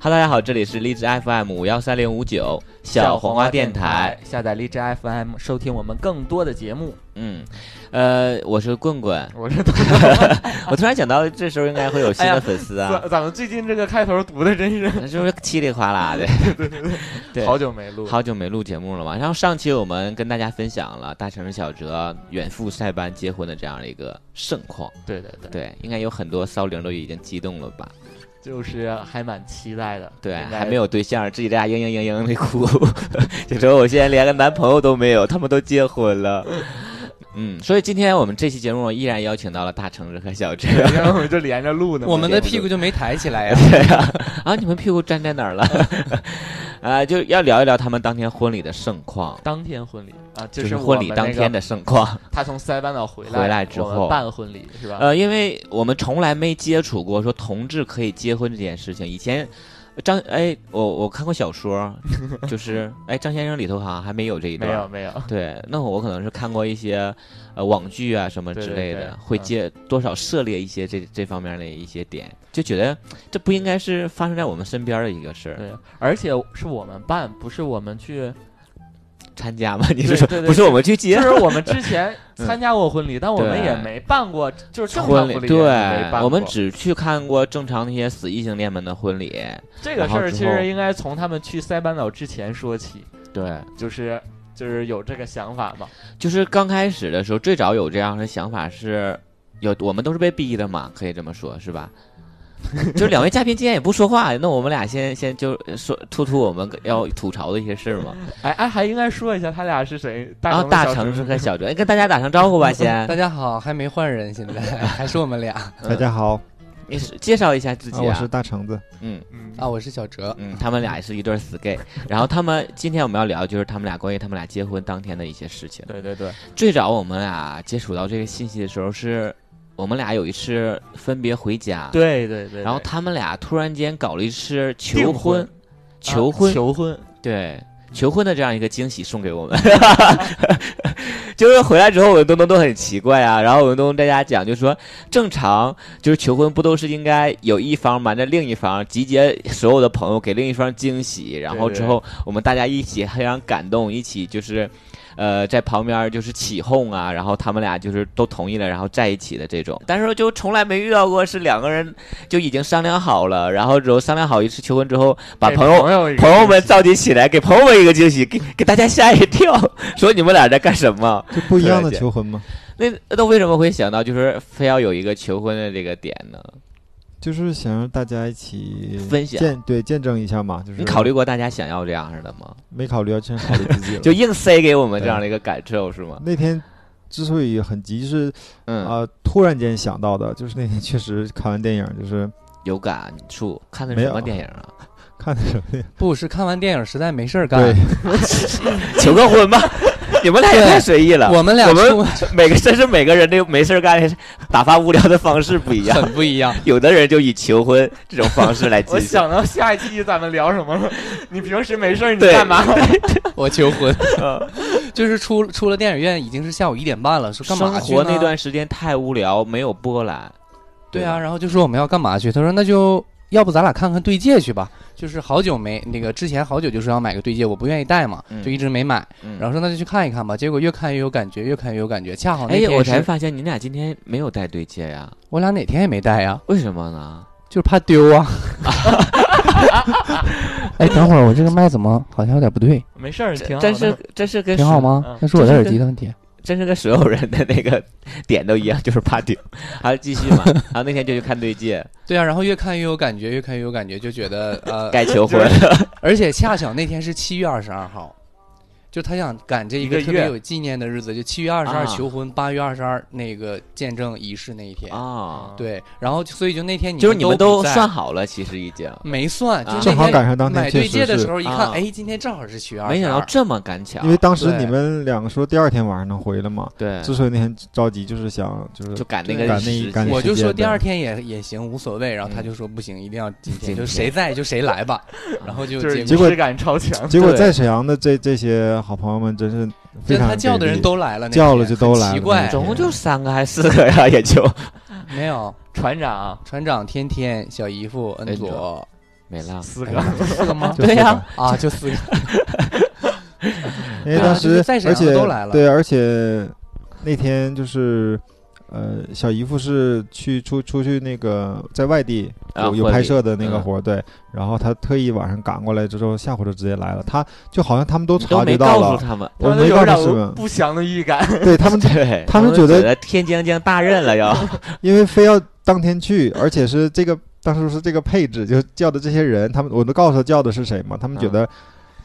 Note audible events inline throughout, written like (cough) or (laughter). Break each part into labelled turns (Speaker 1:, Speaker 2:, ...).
Speaker 1: Hello，大家好，这里是荔枝 FM 五幺三零五九小黄瓜电台。，
Speaker 2: 下载荔枝 FM 收听我们更多的节目。
Speaker 1: 嗯，呃，我是棍 (laughs) 棍。
Speaker 2: 我是董
Speaker 1: 我突然想到，这时候应该会有新
Speaker 2: 哎
Speaker 1: 的
Speaker 2: 呀
Speaker 1: 粉丝啊，
Speaker 2: 咱咱们最近这个开头读的真是
Speaker 1: 那是不是稀里哗啦的？ (laughs) 对
Speaker 2: 好久没录，
Speaker 1: 好久没录节目了嘛。然后上期我们跟大家分享了大城市小哲远赴塞班结婚的这样的一个盛况，
Speaker 2: 对对对，
Speaker 1: 对，应该有很多骚灵都已经激动了吧？
Speaker 2: 就是还蛮期待的。
Speaker 1: 对，
Speaker 2: 应该
Speaker 1: 还没有对象，自己在家嘤嘤嘤嘤的哭， (laughs) 就说我现在连个男朋友都没有，他们都结婚了。嗯，所以今天我们这期节目依然邀请到了大橙子和小哲。
Speaker 2: (laughs) 因为我们就连着录呢嘛。
Speaker 3: 我们的屁股就没抬起来呀、
Speaker 1: 对呀、 (laughs) 啊，你们屁股站在哪儿了？ (laughs) 啊，就要聊一聊他们当天婚礼的盛况，
Speaker 2: (laughs) 当天婚礼啊，
Speaker 1: 就
Speaker 2: 就是是
Speaker 1: 婚礼当天
Speaker 2: 的，
Speaker 1: 的盛况。
Speaker 2: 他从塞班岛回来，
Speaker 1: 回来之
Speaker 2: 我们
Speaker 1: 后
Speaker 2: 办婚礼是吧？
Speaker 1: 呃，因为我们从来没接触过说同志可以结婚这件事情。以前张哎，我我看过小说，就是哎张先生里头好像还没有这一
Speaker 2: 没
Speaker 1: 段。
Speaker 2: 有没有， (laughs)
Speaker 1: 对，那我可能是看过一些呃网剧啊什么之
Speaker 2: 对对
Speaker 1: 类的，
Speaker 2: 对
Speaker 1: 会
Speaker 2: 嗯
Speaker 1: 接多少涉猎一些这这方面的一些点，就觉得这不应该是发生在我们身边的一个事儿。
Speaker 2: 对，而且是我们办，不是我
Speaker 1: (laughs)
Speaker 2: 们去，
Speaker 1: 参加 (laughs) 吗？你是
Speaker 2: 对
Speaker 1: 说
Speaker 2: 对对
Speaker 1: 不是
Speaker 2: 是
Speaker 1: 我们去
Speaker 2: 就
Speaker 1: 接
Speaker 2: 是我们之前参加过婚礼，但我们
Speaker 1: 对
Speaker 2: 也没办过，就是正常
Speaker 1: 婚
Speaker 2: 礼也
Speaker 1: 礼？
Speaker 2: 没
Speaker 1: 对
Speaker 2: 办，过
Speaker 1: 我们只去看过正常那些死异性恋们的婚礼。
Speaker 2: 这个
Speaker 1: 然
Speaker 2: 事
Speaker 1: 后
Speaker 2: 儿
Speaker 1: 之
Speaker 2: 其
Speaker 1: 后
Speaker 2: 实应该从他们去塞班岛之前说起，
Speaker 1: 对，
Speaker 2: 就是就是有这个想法嘛，
Speaker 1: 就是刚开始的时候，最早有这样的想法是，有我们都是被逼的嘛，可以这么说，是吧？ (laughs) 就是两位嘉宾今天也不说话，那我们俩先先就说吐吐我们要吐槽的一些事儿嘛。
Speaker 2: 哎哎，还应该说一下他俩是谁，大
Speaker 1: 然后
Speaker 2: 成
Speaker 1: 啊大
Speaker 2: 城
Speaker 1: 城市和小哲，哎跟大家打声招呼吧，先，
Speaker 3: 大家好，还没换
Speaker 1: (laughs)
Speaker 3: 人，现在还是我们俩啊，
Speaker 4: 大家好，
Speaker 1: 你是介绍一下自
Speaker 4: 啊
Speaker 1: 己
Speaker 4: 我
Speaker 1: 啊
Speaker 4: 是。大橙子。
Speaker 1: 嗯
Speaker 2: 嗯
Speaker 3: 我是小哲。
Speaker 1: 嗯，他们俩是一对死 gay，然后他们今天我们要聊就是他们俩关于他们俩结婚当天的一些事情。
Speaker 2: 对对对，
Speaker 1: 最早我们俩接触到这个信息的时候是。我们俩有一次分别回家，
Speaker 2: 对对对，
Speaker 1: 然后
Speaker 2: 对
Speaker 1: 他们俩突然间搞了一次求
Speaker 2: 订
Speaker 1: 婚
Speaker 2: 婚，
Speaker 1: 求
Speaker 2: 啊
Speaker 1: 婚，
Speaker 2: 求婚，
Speaker 1: 对求婚的这样一个惊喜送给我们。 (laughs) 就是回来之后，我们东东都很奇怪啊。然后我们东东在家讲，就说正常就是求婚不都是应该有一方瞒着另一方，集结所有的朋友给另一方惊喜，然后
Speaker 2: 对对
Speaker 1: 之后我们大家一起非常感动，一起就是。呃，在旁边就是起哄啊，然后他们俩就是都同意了，然后在一起的这种，但是就从来没遇到过是两个人就已经商量好了，然后之后商量好一次求婚之后，把
Speaker 2: 给
Speaker 1: 朋友
Speaker 2: 朋友一个
Speaker 1: 朋友们
Speaker 2: 惊喜
Speaker 1: 召集起来，给朋友们一个惊喜，给给大家吓一 (laughs) 跳，说你们俩在干什么？
Speaker 4: 这不一样的
Speaker 1: 对
Speaker 4: 求婚吗？
Speaker 1: 那那为什么会想到就是非要有一个求婚的这个点呢？
Speaker 4: 就是想让大家一起
Speaker 1: 分享
Speaker 4: 见对见证一下嘛。就是
Speaker 1: 你考虑过大家想要这样式的吗？
Speaker 4: 没考虑，要先考虑自己了。
Speaker 1: (laughs) 就硬塞给我们这样的一个感受是吗？
Speaker 4: (laughs) 那天之所以很急，是
Speaker 1: 嗯，
Speaker 4: 啊、突然间想到的，就是那天确实看完电影，就是
Speaker 1: 有感触。看的是
Speaker 4: 没
Speaker 1: 什
Speaker 4: 有
Speaker 1: 么电影啊？
Speaker 4: 看的什么呀？
Speaker 3: 不是看完电影实在没事儿干
Speaker 4: 对，，
Speaker 1: (laughs) 求个婚吧，你们俩也太随意了。
Speaker 3: 我们俩
Speaker 1: 我们
Speaker 3: 出
Speaker 1: 每个这是每个人的没事儿干的打发无聊的方式不一
Speaker 3: (laughs)
Speaker 1: 样，
Speaker 3: 很不
Speaker 1: (laughs)
Speaker 3: 一样。
Speaker 1: 有的人就以求婚这种方式来进
Speaker 2: (laughs) 我
Speaker 1: 行。
Speaker 2: 想到下一期咱们聊什么了，你平时没事儿你
Speaker 1: 对 (laughs)
Speaker 2: 干嘛？
Speaker 3: 我求婚，
Speaker 1: 嗯
Speaker 3: 就是出出了电影院已经是下午一点半了，说干嘛
Speaker 1: 生
Speaker 3: 去
Speaker 1: 活
Speaker 3: 呢
Speaker 1: 那段时间太无聊，没有波澜。
Speaker 3: 对
Speaker 1: 吧
Speaker 3: 啊，，然后就说我们要干嘛去，他说那就要不咱俩看看对戒去吧，就是好久没那个之前好久就说要买个对戒，我不愿意戴嘛
Speaker 1: 嗯，
Speaker 3: 就一直没买，
Speaker 1: 嗯
Speaker 3: 然后说那就去看一看吧，结果越看越有感觉，越看越有感觉，恰好那
Speaker 1: 哎呀，
Speaker 3: 天
Speaker 1: 我才
Speaker 3: 是
Speaker 1: 发现你俩今天没有带对戒呀、
Speaker 3: 我俩哪天也没戴呀、
Speaker 1: 为什么呢？
Speaker 3: 就是怕丢啊。 (laughs) 哎，等会儿我这个麦怎么好像有点不对？
Speaker 2: 没事儿，挺好的
Speaker 1: 真是这是跟
Speaker 3: 挺
Speaker 1: 所？
Speaker 3: 好吗
Speaker 2: 嗯？
Speaker 3: 那是我的耳机的问题。
Speaker 1: 真是跟所有人的那个点都一样，就是怕丢。 (laughs) 还是继续
Speaker 3: (laughs)
Speaker 1: 嘛。然后那天就去看对戒，
Speaker 3: 对啊，然后越看越有感觉，越看越有感觉，就觉得呃，
Speaker 1: 该求婚了。
Speaker 3: 而且恰巧那天是七月二十二号，就他想赶这一个
Speaker 2: 一个
Speaker 3: 特
Speaker 2: 月
Speaker 3: 别有纪念的日子，就七月二十
Speaker 1: 啊
Speaker 3: 二求婚，八月二十二那个见证仪式那一天。
Speaker 1: 啊，
Speaker 3: (laughs) 对，然后所以就那天
Speaker 1: 就是你们
Speaker 3: 都
Speaker 1: 都
Speaker 3: 不在
Speaker 1: 算好了，其实已经。
Speaker 3: 没算，就
Speaker 1: 啊
Speaker 3: 是
Speaker 4: 正好
Speaker 3: 那天
Speaker 4: 赶上当天
Speaker 3: 买
Speaker 4: 确
Speaker 3: 对戒
Speaker 4: 实
Speaker 3: 的时
Speaker 4: 是，
Speaker 3: 候一
Speaker 1: 啊
Speaker 3: 看，哎，今天正好是七月二十二，
Speaker 1: 没想到这么赶巧，
Speaker 4: 因为当时
Speaker 3: 对
Speaker 4: 你们两个说第二天晚上能回来嘛，
Speaker 1: 对，
Speaker 4: 之所以那天着急，就是想就是
Speaker 1: 就赶那
Speaker 3: 对
Speaker 1: 个
Speaker 4: 赶那
Speaker 1: 时
Speaker 4: 赶
Speaker 1: 间
Speaker 4: 那
Speaker 3: 我就
Speaker 4: 时
Speaker 3: 说
Speaker 4: 间
Speaker 3: 第
Speaker 4: 的
Speaker 3: 二天也也行，无所谓。然后他
Speaker 1: 嗯
Speaker 3: 就说不行，一定要今
Speaker 1: 今
Speaker 3: 天，就
Speaker 1: 天
Speaker 3: 谁在就谁来吧。
Speaker 4: (laughs)
Speaker 3: 然后就
Speaker 2: 就是仪
Speaker 3: 结果，
Speaker 2: 式感超强，
Speaker 4: 结果
Speaker 3: 对
Speaker 4: 在沈阳的这这些好朋友们真是非
Speaker 3: 这
Speaker 4: 常
Speaker 3: 他叫的
Speaker 4: 给
Speaker 3: 人
Speaker 4: 力
Speaker 3: 都来了那天，
Speaker 4: 叫了就都
Speaker 3: 很
Speaker 4: 来了
Speaker 3: 奇怪，
Speaker 1: 总共就三个还是四个呀，也就
Speaker 3: 没有
Speaker 2: 船长
Speaker 1: 啊
Speaker 4: 哎
Speaker 3: 船长、天天、小姨夫、恩
Speaker 1: 恩佐
Speaker 3: 佐，
Speaker 1: 没了。
Speaker 2: 四个
Speaker 3: 哎呀就四个
Speaker 4: (laughs)
Speaker 3: 吗？
Speaker 4: 就
Speaker 1: 对呀
Speaker 4: 是吧
Speaker 3: 啊，就四个。
Speaker 4: 因
Speaker 3: (laughs) 对
Speaker 4: 为
Speaker 3: 啊
Speaker 4: 当
Speaker 3: 就是
Speaker 4: 时
Speaker 3: 在沈
Speaker 4: 而
Speaker 3: 阳
Speaker 4: 且
Speaker 3: 都来了
Speaker 4: 对，而且那天就是。呃，小姨夫是去出出去那个在外地
Speaker 1: 啊
Speaker 4: 有有
Speaker 1: 婚
Speaker 4: 拍
Speaker 1: 礼
Speaker 4: 摄的那个
Speaker 1: 嗯
Speaker 4: 活儿，对，然后他特意晚上赶过来之后，下火车直接来了，他就好像他们都
Speaker 1: 你都
Speaker 4: 察
Speaker 1: 没
Speaker 4: 觉到
Speaker 1: 告
Speaker 4: 了
Speaker 1: 诉，他们，
Speaker 4: 我
Speaker 2: 他
Speaker 4: 没
Speaker 2: 们有
Speaker 4: 告
Speaker 2: 点
Speaker 4: 诉你
Speaker 2: (laughs)
Speaker 4: 们，
Speaker 2: 不祥的预感。
Speaker 4: (laughs) 对他们
Speaker 1: 对
Speaker 4: (laughs) 他们
Speaker 1: 们
Speaker 4: 觉得
Speaker 1: 天将降大任了要。
Speaker 4: 因为非要当天去，而且是这个当时是这个配置，就叫的这些人，他们我都告诉他叫的是谁嘛，他们觉得，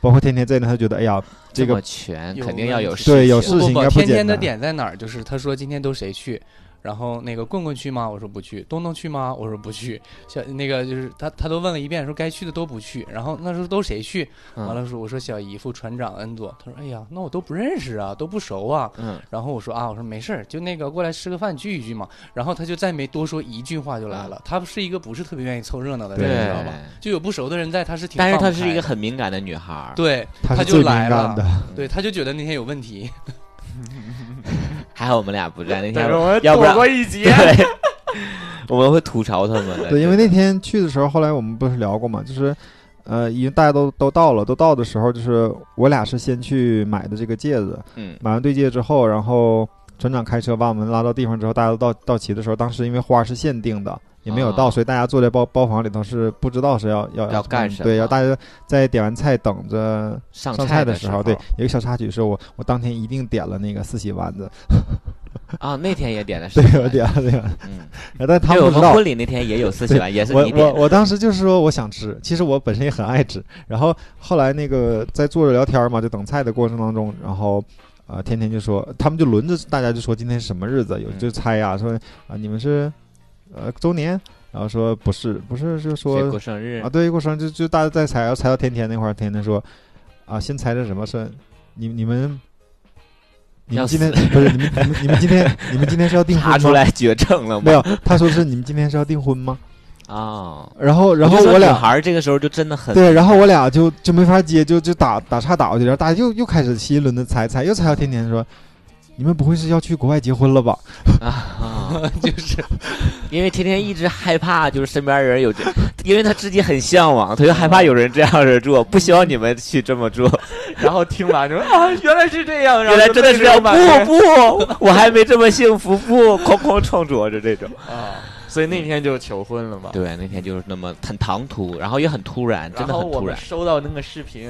Speaker 4: 包括天天在内，他觉得哎呀， (laughs) 这
Speaker 1: 么
Speaker 4: 个
Speaker 1: 全
Speaker 3: 有
Speaker 1: 肯定要有事情，
Speaker 4: 对有
Speaker 3: 不
Speaker 4: 事
Speaker 3: 不
Speaker 4: 情应
Speaker 3: 不，
Speaker 4: 该不
Speaker 3: 天天
Speaker 4: 简
Speaker 3: 的
Speaker 4: 单。
Speaker 3: 点在哪儿？就是他说今天都谁去，然后那个棍棍去吗？我说不去。东东去吗？我说不去。小那个就是他，他都问了一遍，说该去的都不去。然后那时候都谁去？
Speaker 1: 嗯
Speaker 3: 完了说我说小姨夫、船长、恩佐。他说哎呀，那我都不认识啊，都不熟啊。
Speaker 1: 嗯，
Speaker 3: 然后我说啊，我说没事儿，就那个过来吃个饭聚一聚嘛。然后他就再没多说一句话就来了。他是一个不是特别愿意凑热闹的人，你知道吧？就有不熟的人在，他是挺
Speaker 1: 但是
Speaker 3: 放
Speaker 1: 她
Speaker 3: 不
Speaker 1: 是一个
Speaker 3: 开的
Speaker 1: 很敏感的女孩儿，
Speaker 3: 对
Speaker 4: 他
Speaker 3: 他
Speaker 4: 是
Speaker 3: 就
Speaker 4: 最敏
Speaker 3: 来了
Speaker 4: 感的，
Speaker 3: 对，他就觉得那天有问题。 (laughs)
Speaker 1: 还好我们俩不在那
Speaker 2: 对，
Speaker 1: 天，
Speaker 2: 我们
Speaker 1: 要不
Speaker 2: 躲
Speaker 1: 然
Speaker 2: 过一劫。
Speaker 1: (laughs) 对，我们会吐槽他们的。
Speaker 4: 对，因为那天去的时候，后来我们不是聊过嘛，就是，呃，因为大家都都到了，都到的时候，就是我俩是先去买的这个戒指，
Speaker 1: 嗯
Speaker 4: 买完对戒之后，然后船长开车把我们拉到地方之后，大家都到到齐的时候，当时因为花是限定的，也没有到，
Speaker 1: 啊
Speaker 4: 所以大家坐在包包房里头是不知道是要要
Speaker 1: 要干什么
Speaker 4: 对，要大家在点完菜等着
Speaker 1: 上
Speaker 4: 上
Speaker 1: 菜
Speaker 4: 的
Speaker 1: 时
Speaker 4: 候，对，有一个小插曲是我我当天一定点了那个四喜丸子，
Speaker 1: 啊，那天也
Speaker 4: (laughs)
Speaker 1: 点了四
Speaker 4: 对
Speaker 1: 喜丸，
Speaker 4: 我点了这个，
Speaker 1: 嗯，
Speaker 4: 但他
Speaker 1: 对
Speaker 4: 们
Speaker 1: 我
Speaker 4: 不
Speaker 1: 们
Speaker 4: 知道。
Speaker 1: 婚礼那天也有四喜丸，也是
Speaker 4: 我
Speaker 1: 你
Speaker 4: 我
Speaker 1: 点的，
Speaker 4: 我当时就是说我想吃，其实我本身也很爱吃。然后后来那个在坐着聊天嘛，就等菜的过程当中，然后呃，天天就说他们就轮着大家就说今天是什么日子，有
Speaker 1: 嗯
Speaker 4: 就猜呀、说啊、你们是呃周年，然后说不是不是
Speaker 1: 谁
Speaker 4: 就说
Speaker 1: 过生日
Speaker 4: 啊对过生日就就大家在猜，然后猜到天天那块儿，天天说啊先猜着什么是你你们。你
Speaker 1: 要
Speaker 4: 们今天不是你们你们你们今天你们今天是要订婚
Speaker 1: 查
Speaker 4: 吗？
Speaker 1: 出来绝症了
Speaker 4: 没
Speaker 1: 吗？
Speaker 4: 有，他说是你们今天是要订婚吗？
Speaker 1: 啊，
Speaker 4: 然后然
Speaker 1: 就
Speaker 4: 后
Speaker 1: 说
Speaker 4: 我俩
Speaker 1: 女孩儿这个时候就真的很
Speaker 4: 对，然后我俩就就没法接，就就打打岔打过去，然后大家又又开始新一轮的猜猜，又猜到天天说，你们不会是要去国外结婚了吧？
Speaker 1: 啊，
Speaker 3: 就是
Speaker 1: 因为天天一直害怕，就是身边人有这， (laughs) 因为他自己很向往，他就害怕有人这样的做，不希望你们去这么做。
Speaker 2: 然后听完就说啊，原来是这样，
Speaker 1: (laughs)
Speaker 2: 然
Speaker 1: 原
Speaker 2: 后
Speaker 1: 来真的是要 (laughs)
Speaker 2: 不
Speaker 1: 不不， (laughs) 我还没这么幸福 (laughs) 不，哐哐创作着这种。
Speaker 2: 啊，所以那天就求婚了嘛。
Speaker 1: 嗯对，那天就是那么很唐突，然后也很突然，真
Speaker 2: 然
Speaker 1: 的
Speaker 2: 后
Speaker 1: 很
Speaker 2: 我
Speaker 1: 突
Speaker 2: 们
Speaker 1: 然。
Speaker 2: 收到那个视频，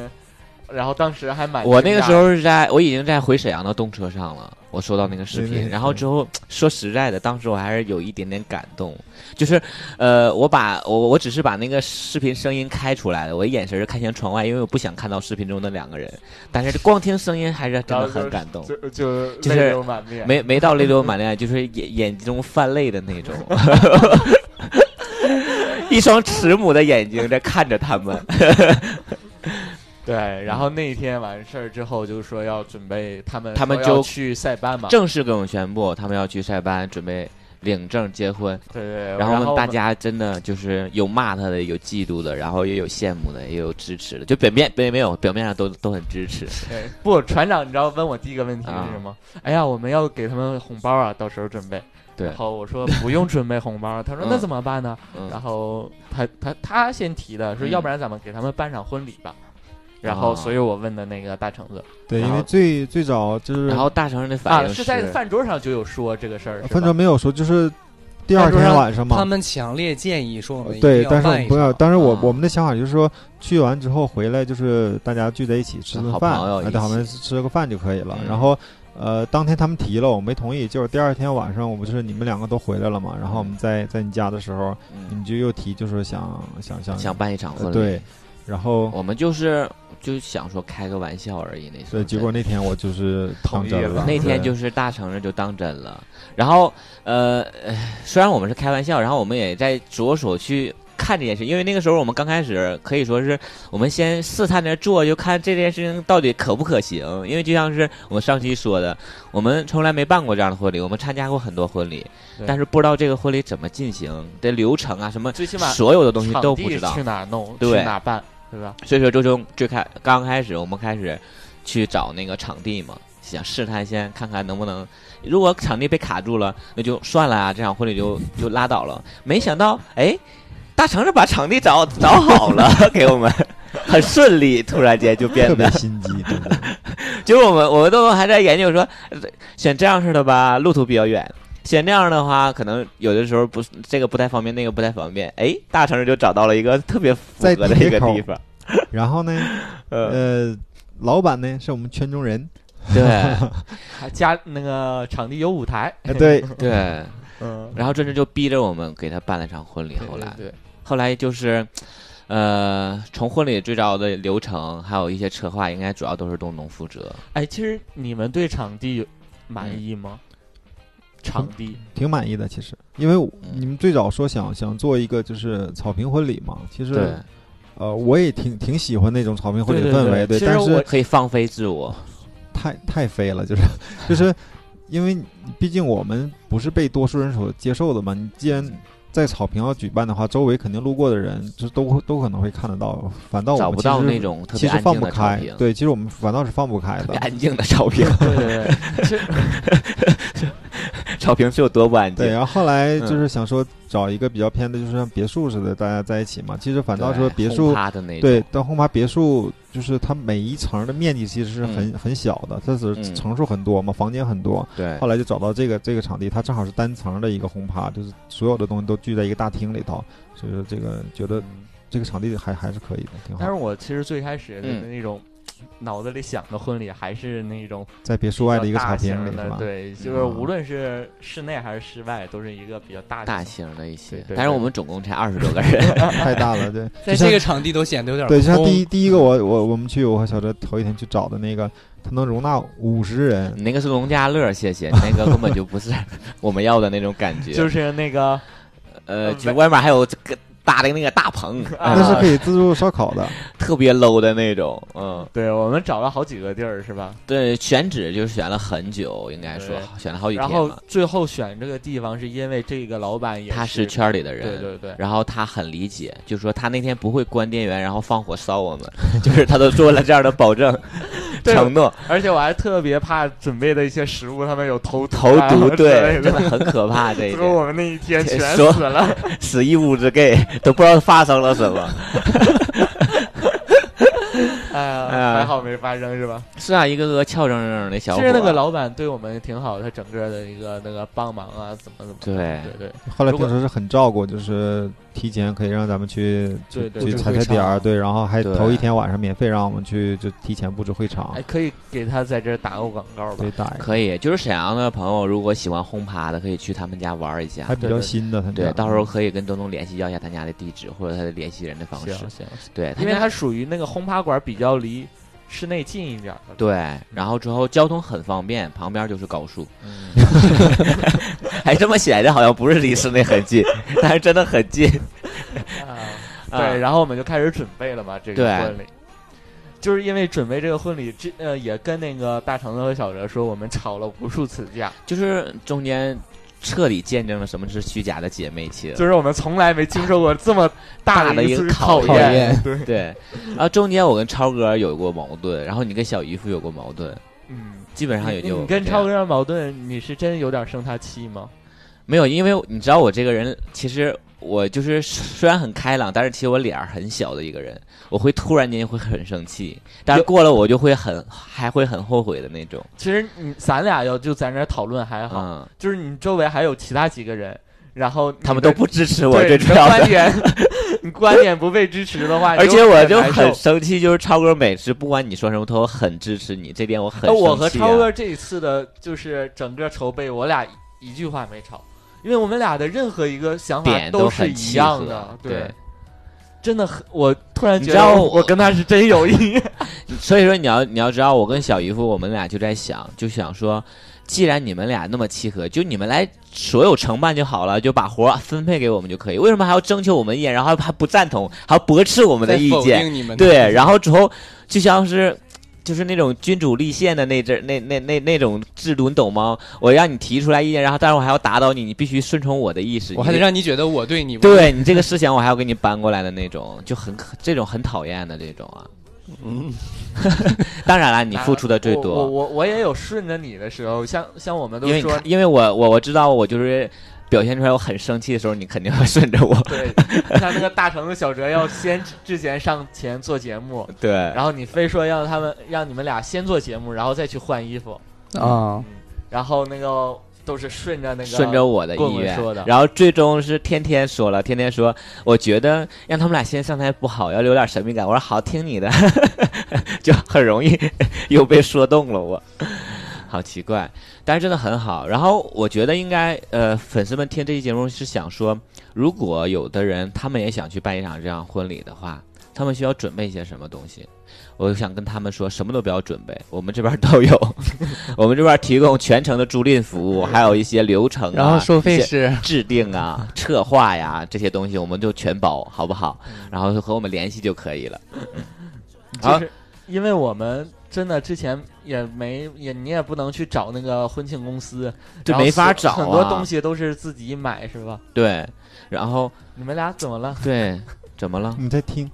Speaker 2: 然后当时还蛮
Speaker 1: 我那个时
Speaker 2: 惊讶的
Speaker 1: 候是在，我已经在回沈阳的动车上了，我收到那个视
Speaker 4: 对对
Speaker 1: 频，
Speaker 4: 对
Speaker 1: 然后之后说实在的，当时我还是有一点点感动，就是，呃，我把我我只是把那个视频声音开出来了，我眼神是看向窗外，因为我不想看到视频中的两个人，但是光听声音还是真的很感动。
Speaker 2: 就就
Speaker 1: 就是
Speaker 2: 泪流满面，
Speaker 1: 没没到泪流满面，就是眼眼睛中泛泪的那种，一双慈母的眼睛在看着他们。
Speaker 2: 对。然后那一天完事儿之后，就说要准备他们
Speaker 1: 他们
Speaker 2: 说要
Speaker 1: 就
Speaker 2: 去塞班嘛，
Speaker 1: 正式跟我宣布，他们要去塞班准备领证结婚。
Speaker 2: 对对对。
Speaker 1: 然
Speaker 2: 后
Speaker 1: 后
Speaker 2: 我
Speaker 1: 大
Speaker 2: 们
Speaker 1: 家真的就是有骂他的，有嫉妒的，然后也有羡慕的，也有支持的，就表面没没有表面上都都很支持。
Speaker 2: 对不船长，你知道问我第一个问题
Speaker 1: 啊
Speaker 2: 是什么？哎呀，我们要给他们红包啊，到时候准备。
Speaker 1: 对
Speaker 2: 然，后我说不用准备红包，啊他说
Speaker 1: 嗯
Speaker 2: 那怎么办呢？然
Speaker 1: 嗯，
Speaker 2: 后他他他先提的说，
Speaker 1: 嗯
Speaker 2: 要不然咱们给他们办场婚礼吧。然后，
Speaker 1: 啊
Speaker 2: 所以我问的那个大橙子
Speaker 4: 对，
Speaker 2: 然
Speaker 4: 因
Speaker 2: 后
Speaker 4: 为最最早就是
Speaker 1: 然后大成人的反
Speaker 2: 啊，
Speaker 1: 应
Speaker 2: 是在饭桌上就有说这个事儿，是吧
Speaker 4: 分钟没有说，就是第
Speaker 3: 饭
Speaker 4: 二
Speaker 3: 桌
Speaker 4: 天
Speaker 3: 上
Speaker 4: 晚上
Speaker 3: 他
Speaker 4: 嘛。
Speaker 3: 们强烈建议说我们一定
Speaker 4: 对，
Speaker 3: 要
Speaker 4: 但是我
Speaker 3: 办
Speaker 4: 们
Speaker 3: 一
Speaker 4: 不要，
Speaker 3: 场
Speaker 4: 当时我、
Speaker 1: 啊
Speaker 4: 我们的想法就是说，去完之后回来就是大家聚在一起吃
Speaker 1: 跟
Speaker 4: 顿
Speaker 1: 好
Speaker 4: 饭，
Speaker 1: 朋友
Speaker 4: 哎
Speaker 1: 一
Speaker 4: 在旁
Speaker 1: 起
Speaker 4: 边吃吃个饭就可以了。
Speaker 1: 嗯
Speaker 4: 然后，呃，当天他们提了，我没同意，就是第二天晚上我们就是你们两个都回来了嘛，然后我们在在你家的时候，你
Speaker 1: 嗯
Speaker 4: 们就又提，就说想想想
Speaker 1: 想办一场婚
Speaker 4: 呃
Speaker 1: 礼，
Speaker 4: 对，然后
Speaker 1: 我们就是就想说开个玩笑而已，那时候
Speaker 4: 对，结果那天我就是当真
Speaker 2: 同意了
Speaker 1: 那天
Speaker 4: 对
Speaker 1: 就是大成人就当真了，然后呃，唉虽然我们是开玩笑，然后我们也在着手去看这件事，因为那个时候我们刚开始可以说是我们先试探着做，就看这件事情到底可不可行。因为就像是我们上期说的，我们从来没办过这样的婚礼，我们参加过很多婚礼
Speaker 2: 对，
Speaker 1: 但是不知道这个婚礼怎么进行的流程啊，什么
Speaker 2: 最起码
Speaker 1: 所有的东西
Speaker 2: 场
Speaker 1: 都
Speaker 2: 地
Speaker 1: 不知道
Speaker 2: 去。哪儿弄，去
Speaker 1: 对
Speaker 2: 哪办，对吧？
Speaker 1: 所以说，最终最开刚开始，我们开始去找那个场地嘛，想试探先看看能不能，如果场地被卡住了，那就算了啊，这场婚礼就就拉倒了。没想到，哎，大橙是把场地找找好了 (laughs) 给我们，很顺利，突然间就变
Speaker 4: 特别
Speaker 1: 得，
Speaker 4: 心机，真的。
Speaker 1: 就是我们我们都还在研究说，呃选这样式的吧，路途比较远。选那样的话，可能有的时候不是这个不太方便，那个不太方便。哎，大城就找到了一个特别符
Speaker 4: 在
Speaker 1: 合的
Speaker 4: 地铁
Speaker 1: 一个
Speaker 4: 口
Speaker 1: 地方。
Speaker 4: 然后呢，
Speaker 1: 呃，
Speaker 4: 呃，老板呢是我们圈中人， (laughs)
Speaker 1: 对
Speaker 2: 还加那个场地有舞台， (laughs)
Speaker 4: 哎对，
Speaker 1: 对，
Speaker 2: 嗯，
Speaker 1: 然后这是就逼着我们给他办了一场婚礼。后来，
Speaker 2: 对对
Speaker 1: 后来就是，呃，从婚礼最早的流程，还有一些策划，应该主要都是东东负责。
Speaker 2: 哎，其实你们对场地有满意吗？
Speaker 4: 嗯
Speaker 2: 场
Speaker 4: (laughs)
Speaker 2: 地，
Speaker 4: 挺满意的。其实，因为我
Speaker 1: 嗯
Speaker 4: 你们最早说想想做一个就是草坪婚礼嘛，其
Speaker 1: 对
Speaker 4: 实，呃，我也挺挺喜欢那种草坪婚礼
Speaker 2: 对
Speaker 4: 的
Speaker 2: 对
Speaker 4: 氛
Speaker 2: 对
Speaker 4: 围，对，
Speaker 2: 其
Speaker 4: 但
Speaker 2: 实
Speaker 4: 是
Speaker 2: 我
Speaker 1: 可以放飞自我。
Speaker 4: 太太飞了，就是就是因为毕竟我们不是被多数人所接受的嘛，你既然。在草坪要举办的话，周围肯定路过的人就都会都可能会看得到，反倒我
Speaker 1: 找
Speaker 4: 们
Speaker 1: 不
Speaker 4: 其
Speaker 1: 到
Speaker 4: 实
Speaker 1: 那种特
Speaker 4: 其
Speaker 1: 别
Speaker 4: 实
Speaker 1: 安
Speaker 4: 放
Speaker 1: 静
Speaker 4: 不
Speaker 1: 的照
Speaker 4: 开
Speaker 1: 片，，
Speaker 4: 对，其实我们反倒是放不开
Speaker 1: 特
Speaker 4: 的
Speaker 1: 别，安静的照片，
Speaker 2: 对对对，
Speaker 1: 照片是有多不安
Speaker 4: 对，
Speaker 1: 静？
Speaker 4: 然后后来
Speaker 1: 嗯
Speaker 4: 就是想说找一个比较偏的，就是像别墅似的，大家在一起嘛。其实反倒说别
Speaker 1: 轰
Speaker 4: 墅，
Speaker 1: 趴的那种，
Speaker 4: 对，但轰趴别墅就是它每一层的面积其实是很、很小的，它只
Speaker 1: 嗯
Speaker 4: 是层数很多嘛，房间很多。
Speaker 1: 对
Speaker 4: 后来就找到这个这个场地，它正好是单层的一个轰趴，就是所有的东西都聚在一个大厅里头，所以说这个觉得
Speaker 2: 嗯
Speaker 4: 这个场地还还是可以的，挺好
Speaker 2: 但是。我其实最开始的
Speaker 1: 嗯
Speaker 2: 那种。脑子里想的婚礼还是那种
Speaker 4: 在别墅外的一个
Speaker 2: 比较
Speaker 4: 草
Speaker 2: 大
Speaker 4: 坪
Speaker 2: 型
Speaker 4: 里是
Speaker 2: 的，
Speaker 4: 吧？嗯
Speaker 2: 对，就是无论是室内还是室外，都是一个比较大
Speaker 1: 大
Speaker 2: 型
Speaker 1: 型的一些
Speaker 2: 对，对
Speaker 1: 但是我们总共才二十多个人， (laughs)
Speaker 4: 太大了，对。
Speaker 3: 在
Speaker 4: 就像
Speaker 3: 这个场地都显得有点
Speaker 4: 对，就像
Speaker 3: 空
Speaker 4: 第一第一个我我我们去我和小哲头一天去找的那个，它能容纳五十人，
Speaker 1: 你那个是农家乐，谢谢，那个根本就不是我们要的那种感觉，
Speaker 2: 就是那个
Speaker 1: 呃，
Speaker 2: 呃
Speaker 1: 就外面还有这个搭的那个大棚，
Speaker 2: 啊
Speaker 4: 那是
Speaker 1: 呃
Speaker 4: 可以自助烧烤的。
Speaker 1: 特别 low 的那种，嗯，
Speaker 2: 对，我们找了好几个地儿，是吧？
Speaker 1: 对，选址就是选了很久，应该说
Speaker 2: 对
Speaker 1: 选了好几
Speaker 2: 然
Speaker 1: 天
Speaker 2: 后
Speaker 1: 嘛。
Speaker 2: 最后选这个地方是因为这个老板也
Speaker 1: 他
Speaker 2: 是
Speaker 1: 是圈里的人，
Speaker 2: 对对对，
Speaker 1: 然后他很理解，就说他那天不会关电源，然后放火烧我 (laughs) 们，就是他都做了这样的保 (laughs) 证
Speaker 2: 对
Speaker 1: 承 (laughs) 诺。
Speaker 2: 而且我还特别怕准备的一些食物，他们有投
Speaker 1: 投
Speaker 2: 啊
Speaker 1: 毒，
Speaker 2: 之
Speaker 1: 对，
Speaker 2: 类
Speaker 1: 真
Speaker 2: 的。
Speaker 1: 的很可怕。这一 (laughs)
Speaker 2: 结
Speaker 1: 点
Speaker 2: 果我们那一天
Speaker 1: 这
Speaker 2: 全死
Speaker 1: 说 (laughs)
Speaker 2: 了，
Speaker 1: 死一屋子 gay 都不知道发生了什么。
Speaker 2: 哎
Speaker 1: 哎呀
Speaker 2: 呀，还好没发生是吧？
Speaker 1: (laughs) 是啊，一个个翘正正的小
Speaker 2: 其
Speaker 1: 伙。
Speaker 2: 实那个老板对我们挺好，他整个的一个那个帮忙啊，怎么怎么，
Speaker 1: 对
Speaker 2: 对对，
Speaker 4: 后来
Speaker 2: 如
Speaker 4: 听
Speaker 2: 果
Speaker 4: 说是很照顾，就是提前可以让咱们去
Speaker 2: 对
Speaker 4: 去
Speaker 2: 对
Speaker 4: 去
Speaker 3: 布置
Speaker 4: 踩
Speaker 3: 会
Speaker 4: 踩点儿，
Speaker 3: 场
Speaker 4: 对，然后还
Speaker 1: 对
Speaker 4: 头一天晚上免费让我们去就提前布置会场
Speaker 2: 哎，，可以给他在这儿打个广告吧
Speaker 4: 对，？大爷
Speaker 1: 可以，就是沈阳的朋友，如果喜欢轰趴的，可以去他们家玩一下
Speaker 4: 还。比
Speaker 2: 对
Speaker 4: 较
Speaker 2: 对啊
Speaker 4: 新的，他们
Speaker 1: 对
Speaker 4: 家，
Speaker 1: 到时候可以跟东东联系要一下他家的地址或者他的联系人的方
Speaker 2: 行
Speaker 1: 式。
Speaker 2: 行，
Speaker 1: 对，他
Speaker 2: 因为
Speaker 1: 家
Speaker 2: 它属于那个轰趴馆比较离室内近一点儿的，
Speaker 1: 对，然后之后交通很方便，旁边就是高速，
Speaker 2: 嗯，
Speaker 1: 还这么显着好像不是离室内很近， (laughs) 但是真的很近。 (laughs)
Speaker 2: 啊
Speaker 1: 啊
Speaker 2: 对，然后我们就开始准备了嘛，这个
Speaker 1: 对
Speaker 2: 婚礼。就是因为准备这个婚礼，这呃也跟那个大橙子和小哲说，我们吵了无数次架，
Speaker 1: 就是中间彻底见证了什么是虚假的姐妹情。
Speaker 2: 就是我们从来没经受过这么
Speaker 1: 大的
Speaker 2: 的
Speaker 1: 一个
Speaker 2: 次
Speaker 1: 考
Speaker 2: 验。
Speaker 3: 验
Speaker 2: 对，
Speaker 1: 对，然后中间我跟超哥有过矛盾，然后你跟小姨夫有过矛盾，
Speaker 2: 嗯，
Speaker 1: 基本上也
Speaker 2: 你
Speaker 1: 就
Speaker 2: 你跟
Speaker 1: 这样
Speaker 2: 超哥的矛盾，你是真有点生他气吗？
Speaker 1: 没有，因为你知道我这个人，其实我就是虽然很开朗，但是其实我脸儿很小的一个人，我会突然间会很生气，但是过了我就会很还会很后悔的那种。
Speaker 2: 其实你咱俩要就在那儿讨论还好，
Speaker 1: 嗯，
Speaker 2: 就是你周围还有其他几个人，然后
Speaker 1: 他
Speaker 2: 啊你
Speaker 1: 们都
Speaker 2: 的
Speaker 1: 不支持 (laughs) 我，
Speaker 2: 对
Speaker 1: 最
Speaker 2: 你
Speaker 1: 主
Speaker 2: 的
Speaker 1: 要
Speaker 2: 观
Speaker 1: 的。
Speaker 2: 点，
Speaker 1: (laughs)
Speaker 2: 你观点不被支持的话，
Speaker 1: 而且我就
Speaker 2: 你很
Speaker 1: 很
Speaker 2: 难受。
Speaker 1: 生气，就是超哥每次不管你说什么，他都很支持你，这点我很
Speaker 2: 哎
Speaker 1: 生气、啊。
Speaker 2: 我和超哥这一次的就是整个筹备，我俩一句话没吵，因为我们俩的任何一个想法
Speaker 1: 点都
Speaker 2: 是
Speaker 1: 很
Speaker 2: 一
Speaker 1: 契
Speaker 2: 样
Speaker 1: 合
Speaker 2: 的，
Speaker 1: 对，
Speaker 2: 真的很，我突然觉
Speaker 1: 你知道
Speaker 2: 得
Speaker 1: 我
Speaker 2: 我跟他是真友谊。
Speaker 1: 所以说你要你要知道，我跟小姨夫我们俩就在想，就想说，既然你们俩那么契合，就你们来所有承办就好了，就把活儿分配给我们就可以。为什么还要征求我们意见，然后还不赞同，还要驳斥我们的
Speaker 3: 在
Speaker 1: 意
Speaker 3: 否
Speaker 1: 见？
Speaker 3: 定你们的
Speaker 1: 对，然后之后就像是。就是那种君主立宪的那阵那那那那种制度，你懂吗？我让你提出来意见，然后但是我还要打倒你，你必须顺从我的意识。
Speaker 3: 我还
Speaker 1: 你
Speaker 3: 得让你觉得我对你
Speaker 1: 对你这个思想，我还要给你搬过来的那种，就很可这种很讨厌的这种啊。
Speaker 3: 嗯，
Speaker 1: 当然了，你付出的最多。
Speaker 2: 我我我我也有顺着你的时候，像像我们都
Speaker 1: 因为你
Speaker 2: 说
Speaker 1: 看，因为我我我知道我就是表现出来我很生气的时候，你肯定会顺着我。
Speaker 2: (laughs) 对，像那个大橙子、小哲要先之前上前做节目，
Speaker 1: (laughs) 对，
Speaker 2: 然后你非说让他们让你们俩先做节目，然后再去换衣服，
Speaker 3: 啊，
Speaker 2: 然后那个都是顺着那个
Speaker 1: 顺着我的
Speaker 2: 棍
Speaker 1: 意
Speaker 2: 棍
Speaker 1: 愿
Speaker 2: 说的
Speaker 1: 然后最终是天天说了，天天说，我觉得让他们俩先上台不好，要留点神秘感。我说好，听你的， (laughs) 就很容易 (laughs) 又被说动了我。好奇怪，但是真的很好。然后我觉得应该，呃，粉丝们听这期节目是想说，如果有的人他们也想去办一场这样婚礼的话，他们需要准备一些什么东西？我想跟他们说，什么都不要准备， (laughs) 我们这边都有，我们这边提供全程的租赁服务，还有一些流程、啊，
Speaker 3: 然后收费
Speaker 1: 一些
Speaker 3: 是
Speaker 1: 制定啊、策划呀这些东西，我们就全包，好不好？然后就和我们联系就可以了。
Speaker 2: 嗯就
Speaker 1: 啊
Speaker 2: 是因为我们真的之前也没也你也不能去找那个婚庆公司，
Speaker 1: 这
Speaker 2: 然后
Speaker 1: 没法
Speaker 2: 所
Speaker 1: 找啊
Speaker 2: 很多东西都是自己买是吧？
Speaker 1: 对，然后
Speaker 2: 你们俩怎么了？
Speaker 1: 对，怎么了？
Speaker 4: 你在听？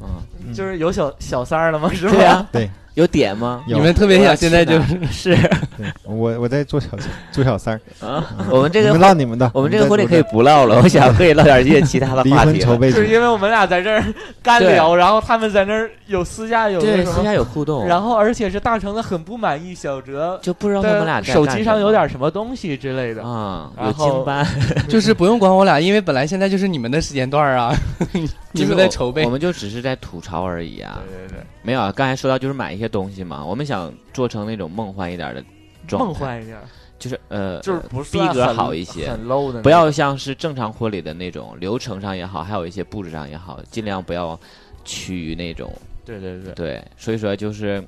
Speaker 1: 嗯，
Speaker 4: 嗯
Speaker 2: 就是有小小三儿了吗？是吧？
Speaker 1: 对呀、
Speaker 4: 对，
Speaker 1: 有点吗？
Speaker 4: 有
Speaker 3: 你们特别
Speaker 1: 我要
Speaker 3: 想现在
Speaker 1: 去
Speaker 3: 就
Speaker 1: 哪
Speaker 3: 是 (laughs)
Speaker 1: 是
Speaker 4: 对我我在做小做小三儿，
Speaker 1: 啊，我们 (laughs) 这
Speaker 4: 嗯你
Speaker 1: 个
Speaker 4: 们唠你们的，
Speaker 1: 我们这
Speaker 4: 你
Speaker 1: 个
Speaker 4: 在
Speaker 1: 婚礼
Speaker 4: 我
Speaker 1: 可以
Speaker 4: 这
Speaker 1: 不唠
Speaker 4: (laughs)
Speaker 1: 了，我想可以唠点一些其他的
Speaker 4: 离
Speaker 1: 话
Speaker 4: 婚
Speaker 1: 题
Speaker 4: 筹
Speaker 1: 了。
Speaker 4: 备
Speaker 2: (laughs) 就是
Speaker 4: 组，
Speaker 2: 因为我们俩在这儿干
Speaker 1: 对
Speaker 2: 聊，然后他们在那儿有私下有那
Speaker 1: 对，
Speaker 2: 什
Speaker 1: 私
Speaker 2: 么，
Speaker 1: 下有互动，
Speaker 2: 然后而且是大橙子很不满意小哲
Speaker 1: 就不知道他们俩
Speaker 2: 的
Speaker 1: 在
Speaker 2: 手
Speaker 1: 干
Speaker 2: 机
Speaker 1: 什
Speaker 2: 上有
Speaker 1: 么
Speaker 2: 点什么东西之类的，
Speaker 1: 啊，有
Speaker 2: 然后
Speaker 1: 经
Speaker 2: (laughs)
Speaker 1: 班，
Speaker 3: 就是不用管我俩，因为本来现在就是你们的时间段儿啊， (laughs) 你
Speaker 1: 就是
Speaker 3: 们在
Speaker 1: 我
Speaker 3: 筹备
Speaker 1: 我。们就只是在吐槽而已啊。
Speaker 2: 对对
Speaker 1: 没有，啊，刚才说到就是买一些东西嘛，我们想做成那种梦幻一点的
Speaker 2: 对，
Speaker 1: 状态，
Speaker 2: 梦幻一点儿，
Speaker 1: 就是呃，
Speaker 2: 就是不是
Speaker 1: 逼格好一些
Speaker 2: 很 low 的那种，
Speaker 1: 不要像是正常婚礼的那种流程上也好，还有一些布置上也好，尽量不要趋于那种
Speaker 2: 对对对，
Speaker 1: 对。所以说就是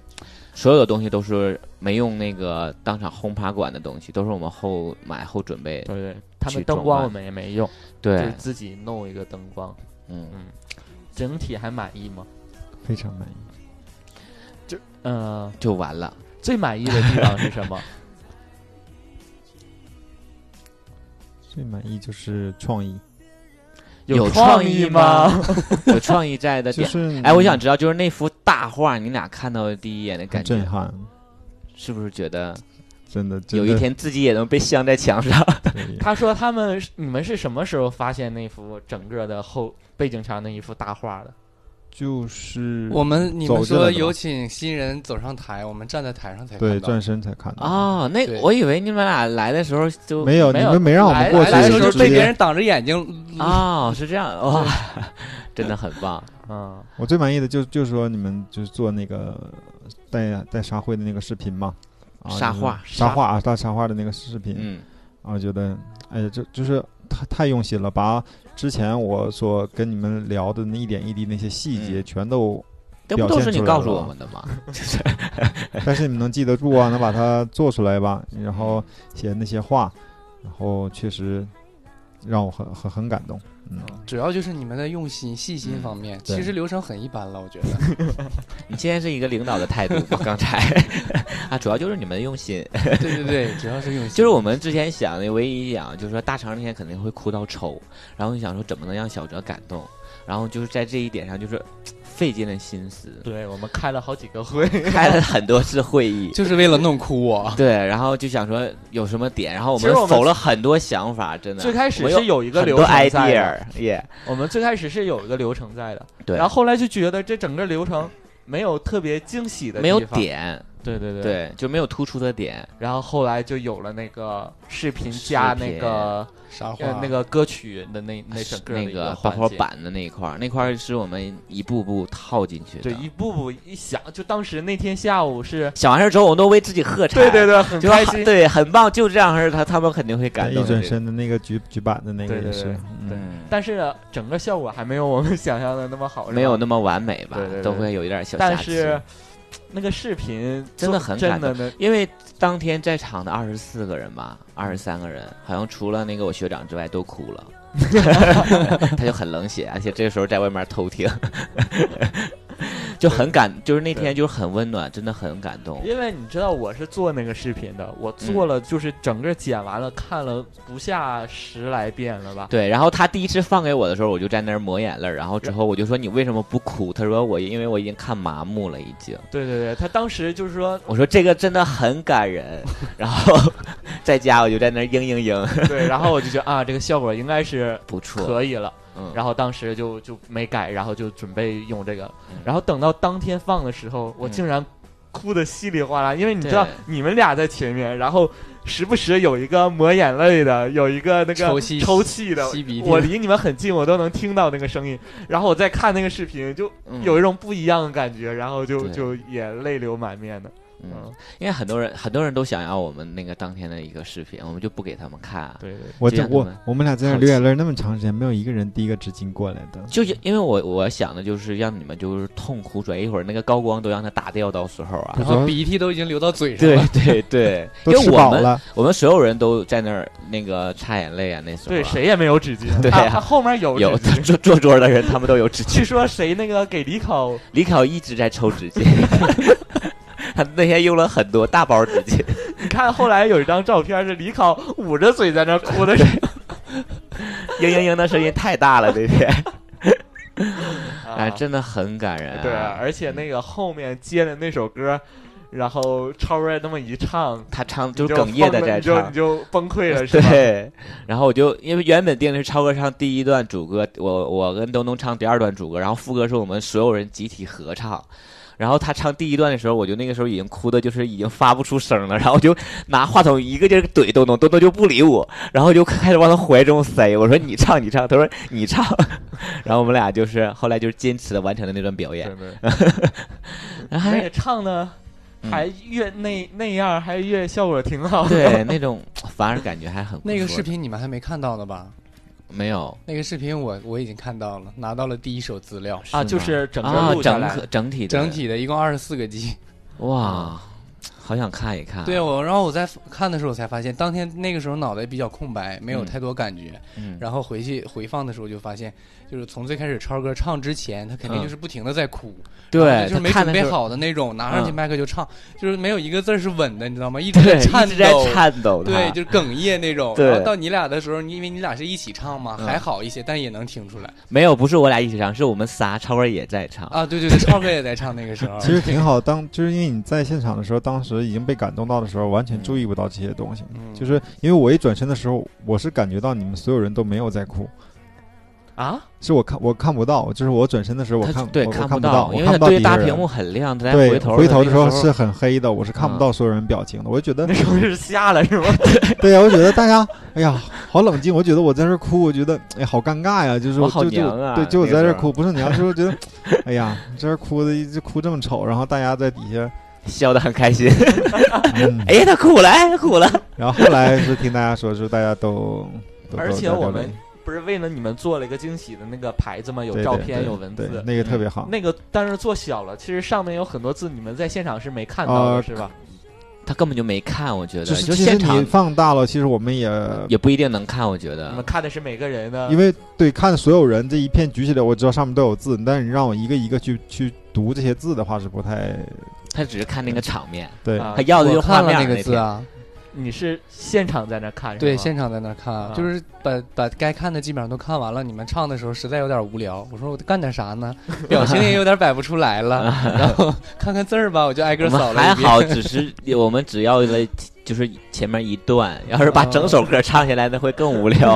Speaker 1: 所有的东西都是没用那个当场轰趴馆的东西，都是我们后买后准备的。
Speaker 2: 对对，他
Speaker 1: 去
Speaker 2: 们灯
Speaker 1: 装
Speaker 2: 光
Speaker 1: 扮
Speaker 2: 我们也没用，就是
Speaker 1: 对，
Speaker 2: 自己弄一个灯光，
Speaker 1: 嗯，
Speaker 2: 整体还满意吗？
Speaker 4: 非常满意。
Speaker 2: 嗯，
Speaker 1: 就完
Speaker 4: (laughs)
Speaker 1: 了。
Speaker 2: 最满意的地方是 (laughs) 什么？
Speaker 4: 最满意就是创意，
Speaker 1: 有
Speaker 2: 创
Speaker 1: 创意
Speaker 2: 吗？ (laughs)
Speaker 1: 有创意在的
Speaker 4: 就
Speaker 1: 点。
Speaker 4: 是
Speaker 1: 哎，我想知道，就是那幅大画，你俩看到的第一眼的
Speaker 4: 很
Speaker 1: 感觉
Speaker 4: 震，撼，
Speaker 1: 是不是觉得
Speaker 4: 真的，真
Speaker 1: 有
Speaker 4: 的
Speaker 1: 一天自己也能被镶在墙
Speaker 4: (laughs)
Speaker 1: 上？
Speaker 4: 对
Speaker 2: 他说他们是你们是什么时候发现那幅整个的后背景墙那一幅大画的？
Speaker 1: 嗯
Speaker 4: 就是
Speaker 3: 我们你
Speaker 4: 走
Speaker 3: 们
Speaker 4: 进来
Speaker 3: 说
Speaker 4: 的嘛
Speaker 3: 有请新人走上台，我们站在台上才
Speaker 4: 对
Speaker 3: 看到。
Speaker 4: 转身才看到，
Speaker 1: 哦，那
Speaker 3: 对
Speaker 1: 我以为你们俩来的时候就
Speaker 4: 没有，
Speaker 2: 没
Speaker 4: 你
Speaker 2: 有
Speaker 4: 们没让我
Speaker 2: 来
Speaker 4: 们过去，
Speaker 3: 来的时候
Speaker 2: 就
Speaker 3: 就是被别人挡着眼睛。
Speaker 1: 哦，是这样哇，
Speaker 4: (laughs)
Speaker 1: 真的很棒。
Speaker 2: 嗯，
Speaker 4: 我最满意的就就是说你们就是做那个带带沙绘的那个视频嘛，啊，
Speaker 1: 沙
Speaker 4: 就是
Speaker 1: 画
Speaker 4: 沙画啊，大沙画的那个视频，
Speaker 1: 嗯，
Speaker 4: 啊，我觉得，哎呀，就就是太太用心了，把之前我所跟你们聊的那一点一滴那些细节
Speaker 1: 嗯
Speaker 4: 全都，
Speaker 1: 这不
Speaker 4: 表
Speaker 1: 都是
Speaker 4: 现
Speaker 1: 你
Speaker 4: 出来
Speaker 1: 告诉
Speaker 4: 了
Speaker 1: 我
Speaker 4: 吧
Speaker 1: 们的吗？
Speaker 4: 但是你们能记得住啊，能把它做出来吧，然
Speaker 1: 嗯
Speaker 4: 后写那些话，然后确实让我很很很感动，嗯，
Speaker 3: 主要就是你们的用心、细心
Speaker 1: 嗯
Speaker 3: 方面，
Speaker 4: 对
Speaker 3: 其实流程很一般了，我觉
Speaker 4: (laughs)
Speaker 3: 得。
Speaker 1: 你现在是一个领导的
Speaker 2: (laughs)
Speaker 1: 态度吗？刚才 (laughs) 啊，主要就是你们用心， (laughs)
Speaker 3: 对对对，主要是用心。
Speaker 1: 就是我们之前想的，唯一想就是说大肠那天肯定会哭到抽，然后就想说怎么能让小哲感动，然后就是在这一点上就是费尽了心思，
Speaker 2: (laughs) 对，我们开了好几个会，
Speaker 1: 开了很多次会议。
Speaker 3: 就是为了弄哭我。
Speaker 1: (laughs) 对，然后就想说有什么点，然后我
Speaker 2: 其实我们
Speaker 1: 否了很多想法，真的。
Speaker 2: (laughs) 最开始
Speaker 1: 我有
Speaker 2: 是有一个
Speaker 1: 很
Speaker 2: 流
Speaker 1: 多
Speaker 2: 程在的，
Speaker 1: idea，耶、
Speaker 2: 我们最开始是有一个流程在的，
Speaker 1: 对，
Speaker 2: 然后后来就觉得这整个流程没有特别惊喜的，
Speaker 1: 没有，点，
Speaker 2: 对对对，
Speaker 1: 对，就没有突出的点，
Speaker 2: 然后后来就有了那个视频加
Speaker 1: 视频
Speaker 2: 那个
Speaker 3: 啥话
Speaker 1: (laughs)
Speaker 2: 呃？那个歌曲的那那整个
Speaker 1: 那
Speaker 2: 的一个
Speaker 1: 包
Speaker 2: 环
Speaker 1: 括
Speaker 2: 节
Speaker 1: 板的那一块儿，那块儿是我们一步步套进去的。
Speaker 2: 对，一步步一想，就当时那天下
Speaker 1: (laughs)
Speaker 2: 午是，
Speaker 1: 想完事儿之后，我们都为自己喝彩，
Speaker 2: 对对对，很
Speaker 1: 就
Speaker 2: 开
Speaker 1: 很
Speaker 2: 心，
Speaker 1: 对，很棒，就这样式儿，他他们肯定会
Speaker 4: 在
Speaker 1: 感动
Speaker 4: 一
Speaker 1: 的。
Speaker 4: 转身的那个举举板的那个
Speaker 2: 对对
Speaker 4: 也是，
Speaker 2: 对
Speaker 4: 嗯，
Speaker 1: 嗯，
Speaker 2: 但是整个效果还没有我们想象的那么好，是吧
Speaker 1: 没有那么完美吧
Speaker 2: 对对对，
Speaker 1: 都会有一点小瑕疵。
Speaker 2: 但是那个视频
Speaker 1: 真的很
Speaker 2: 真
Speaker 1: 感
Speaker 2: 的呢，
Speaker 1: 因为当天在场的二十四个人吧，二十三个人，好像除了那个我学长之外都哭
Speaker 2: (laughs)
Speaker 1: 了， (laughs) 他就很冷血，而且这个时候在外面偷听， (laughs) 就很感，就是那天就是很温暖，真的很感动。
Speaker 2: 因为你知道我是做那个视频的，我
Speaker 1: 嗯
Speaker 2: 做了就是整个剪完了看了不下十来遍了吧，
Speaker 1: 对，然后他第一次放给我的时候，我就在那儿抹眼泪儿，然后之后我就说你为什么不哭？他说我因为我已经看麻木了，已经。 (laughs)
Speaker 2: 对对对，他当时就是说
Speaker 1: 我说这个真的很感人，然后 (laughs) 在家我就在那儿嘤嘤嘤，
Speaker 2: 对，然后我就觉得啊，这个效果应该是
Speaker 1: 不错。
Speaker 2: 可以了，
Speaker 1: 嗯，
Speaker 2: 然后当时就就没改，然后就准备用这个
Speaker 1: 嗯，
Speaker 2: 然后等到当天放的时候，我
Speaker 1: 嗯
Speaker 2: 竟然哭的稀里哗啦，因为你
Speaker 1: 对
Speaker 2: 知道你们俩在前面，然后时不时有一个抹眼泪的，有一个那个
Speaker 3: 抽泣
Speaker 2: 抽泣的，
Speaker 3: 吸鼻涕
Speaker 2: 我离你们很近，我都能听到那个声音，然后我再看那个视频，就
Speaker 1: 嗯
Speaker 2: 有一种不一样的感觉，然后就
Speaker 1: 对
Speaker 2: 就也泪流满面的，
Speaker 1: 嗯
Speaker 2: 嗯，，
Speaker 1: 因为很多人很多人都想要我们那个当天的一个视频，我们就不给他们看啊。
Speaker 2: 对对。
Speaker 4: 我
Speaker 1: 这
Speaker 4: 这
Speaker 1: 样
Speaker 4: 我
Speaker 1: 的吗
Speaker 4: 我们俩在那流眼泪那么长时间，没有一个人递一个纸巾过来的。
Speaker 1: 就因因为我我想的就是让你们就是痛苦转移一会儿，那个高光都让它打掉，到时候啊
Speaker 4: 不
Speaker 3: 然。
Speaker 4: 主
Speaker 3: 后
Speaker 4: 要
Speaker 3: 鼻涕都已经流到嘴上
Speaker 1: 对
Speaker 3: 了。
Speaker 1: 对对， (laughs) 因
Speaker 4: 都
Speaker 1: 为
Speaker 4: 吃
Speaker 1: 我
Speaker 4: 饱
Speaker 1: 们
Speaker 4: 了，
Speaker 1: 我们所有人都在那儿那个擦眼泪啊，那时候啊
Speaker 2: 对，谁也没有纸巾，
Speaker 1: 对
Speaker 2: 啊
Speaker 1: 呀
Speaker 2: 他后面有
Speaker 1: 有
Speaker 2: 纸巾
Speaker 1: 坐坐 (laughs) 桌的人他们都有纸巾
Speaker 2: 据。说谁那个给李考
Speaker 1: 李考一直在抽纸巾， (laughs) 他那天用了很多大包纸巾，
Speaker 2: 你看后来有一张照片是李考捂着嘴在那哭的，
Speaker 1: 嘤嘤嘤的声音太大了那天，哎，
Speaker 2: (laughs) 啊
Speaker 1: 真的很感人、啊。
Speaker 2: 对啊，而且那个后面接的那首歌，然后超人那么一唱，
Speaker 1: 他唱
Speaker 2: 你
Speaker 1: 就
Speaker 2: 就
Speaker 1: 耿夜的在
Speaker 2: 疯了
Speaker 1: 唱
Speaker 2: 你就你，就崩
Speaker 1: (laughs)
Speaker 2: 溃了是吧？
Speaker 1: 对，然后我就因为原本定的是超哥唱第一段主歌，我我跟东东唱第二段主歌，然后副歌是我们所有人集体合唱。然后他唱第一段的时候，我就那个时候已经哭的，就是已经发不出声了，然后我就拿话筒一个劲儿怼东东，东东就不理我，然后就开始往他怀中塞。我说你唱你唱，他说你唱，然后我们俩就是后来就是坚持的完成了那段表演，哎
Speaker 2: 对，
Speaker 1: 然后
Speaker 2: 而
Speaker 1: 还
Speaker 2: 且唱的
Speaker 1: 嗯
Speaker 2: 还越那那样，还越效果挺
Speaker 1: (laughs)
Speaker 2: 好。
Speaker 1: 对那种反而感觉还很不
Speaker 3: 那个
Speaker 1: 错
Speaker 3: 视
Speaker 1: 的
Speaker 3: 频你们还没看到呢吧？
Speaker 1: 没有
Speaker 3: 那个视频我我已经看到了，拿到了第一手资料，
Speaker 2: 啊，
Speaker 1: 吗
Speaker 2: 就是整
Speaker 1: 啊
Speaker 2: 个录下
Speaker 1: 整
Speaker 2: 来，
Speaker 1: 个整体的
Speaker 3: 整体的一共二十四个 G。
Speaker 1: 哇，好想看一看。啊
Speaker 3: 对，哦我然后我在看的时候我才发现，当天那个时候脑袋比较空白，没有
Speaker 1: 嗯
Speaker 3: 太多感觉。
Speaker 1: 嗯，
Speaker 3: 然后回去回放的时候就发现，就是从最开始超哥唱之前，他肯
Speaker 1: 嗯
Speaker 3: 定就是不停的在哭，然
Speaker 1: 对
Speaker 3: 后，就是没
Speaker 1: 他看
Speaker 3: 准
Speaker 1: 的
Speaker 3: 备
Speaker 1: 时候，
Speaker 3: 好的那种，拿上去
Speaker 1: 嗯
Speaker 3: 麦克就唱，就是没有一个字儿是稳的，你知道吗？一
Speaker 1: (laughs)
Speaker 3: 直 (laughs)
Speaker 1: 对，
Speaker 3: 在
Speaker 1: 一
Speaker 3: 颤
Speaker 1: 直在
Speaker 3: 抖。
Speaker 1: 颤抖他，
Speaker 3: 对，就是哽咽那种。
Speaker 1: 对
Speaker 3: 然后到你俩的时候，你因为你俩是一起唱嘛，
Speaker 1: 嗯
Speaker 3: 还好一些，但也能听出来
Speaker 1: 没有，不是我俩一起唱，是我们仨，超哥也在唱。
Speaker 3: 啊。对对对，超哥也在唱那个时候。
Speaker 4: 其实挺
Speaker 1: (laughs)
Speaker 4: 好。当就是因为你在现场的时候，当时已经被感动到的时候，完
Speaker 1: 嗯
Speaker 4: 全注意不到这些东西。
Speaker 3: 嗯
Speaker 4: 就是因为我一转身的时候，我是感觉到你们所有人都没有在哭，
Speaker 2: 啊，
Speaker 4: 是我看我看不到，就是我转身的时候我
Speaker 1: 他
Speaker 4: 看
Speaker 1: 对
Speaker 4: 我我
Speaker 1: 看
Speaker 4: 看不
Speaker 1: 到，
Speaker 4: 我
Speaker 1: 因
Speaker 4: 看
Speaker 1: 为
Speaker 4: 不到
Speaker 1: 对
Speaker 4: 底
Speaker 1: 大
Speaker 4: 下人
Speaker 1: 屏幕很亮，咱
Speaker 4: 对，
Speaker 1: 头
Speaker 4: 回头
Speaker 1: 的那
Speaker 4: 的时
Speaker 1: 个
Speaker 4: 候
Speaker 1: 时
Speaker 4: 是很黑的，我是看
Speaker 1: 嗯
Speaker 4: 不到所有人表情的。我就觉得
Speaker 2: 那，时候是瞎了是吗？
Speaker 4: (laughs) 对啊呀，我觉得大家，哎呀，好冷静。我觉得我在这儿哭，我觉得，哎，好尴尬呀，就是
Speaker 1: 我
Speaker 4: 我
Speaker 1: 好
Speaker 4: 就就
Speaker 1: 娘啊
Speaker 4: 对，就我
Speaker 1: 那个
Speaker 4: 在这
Speaker 1: 时
Speaker 4: 儿
Speaker 1: 候
Speaker 4: 哭，不是娘，就是觉得，哎呀，这儿哭的一直哭这么丑，然后大家在底
Speaker 1: (laughs)
Speaker 4: 下，
Speaker 1: 笑得很开心。 (laughs)
Speaker 4: 嗯，
Speaker 1: 哎呀，他哭了，哎，他哭了。
Speaker 4: 然后后来是听大家说，是大家都，都
Speaker 2: 而
Speaker 4: 都
Speaker 2: 且
Speaker 4: 在
Speaker 2: 我
Speaker 4: 流泪
Speaker 2: 们不是为了你们做了一个惊喜的那个牌子吗？有
Speaker 4: 对
Speaker 2: 照
Speaker 4: 对
Speaker 2: 片，
Speaker 4: 对
Speaker 2: 有文
Speaker 4: 对
Speaker 2: 字。
Speaker 1: 嗯
Speaker 4: 那个特别好。
Speaker 2: 那个，但是做小了，其实上面有很多字，你们在现场是没看到
Speaker 4: 呃
Speaker 2: 的，是吧？
Speaker 1: 他根本就没看，我觉得
Speaker 4: 就是
Speaker 1: 就
Speaker 4: 其实
Speaker 1: 现
Speaker 4: 你呃
Speaker 1: 场
Speaker 4: 放大了，其实我们也
Speaker 1: 也不一定能看，我觉
Speaker 2: 你们
Speaker 1: 得。
Speaker 2: 看的是每个人的，
Speaker 4: 因为对看所有人这一片举起来，我知道上面都有字，但是你让我一个一个去去读这些字的话是不太
Speaker 1: 他只是看那个场面，
Speaker 4: 对。
Speaker 2: 啊
Speaker 1: 他要的就
Speaker 3: 我
Speaker 1: 是画
Speaker 3: 看了
Speaker 1: 面
Speaker 3: 那
Speaker 1: 儿
Speaker 3: 个字
Speaker 1: 天。
Speaker 3: 啊，
Speaker 2: 你是现场在那看是吗，
Speaker 3: 对，现场在那看啊
Speaker 2: 啊，
Speaker 3: 就是把把该看的基本上都看完了。你们唱的时候实在有点无聊，我说我干点啥呢？表情也有点摆不出来了，然后看看字儿吧，我就挨个
Speaker 1: 我
Speaker 3: 扫
Speaker 1: 们
Speaker 3: 了
Speaker 1: 还
Speaker 3: 一遍。
Speaker 1: 好，只是我们只要了就是前面一段，要是把整首歌唱下来，那会更无聊，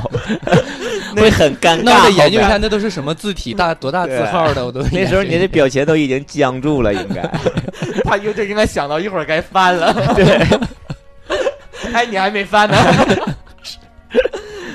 Speaker 1: 会很尴尬。
Speaker 3: 那我得研究
Speaker 1: 好
Speaker 3: 一
Speaker 1: 吧
Speaker 3: 下，那都是什么字体、大多大字号的，我都得
Speaker 1: 那时候你
Speaker 3: 研
Speaker 1: 的
Speaker 3: 究一下
Speaker 1: 表情都已经僵住了，应该。
Speaker 2: 他就就应该想到一会儿该翻了。
Speaker 1: (laughs)
Speaker 2: 对，哎，你还没翻呢。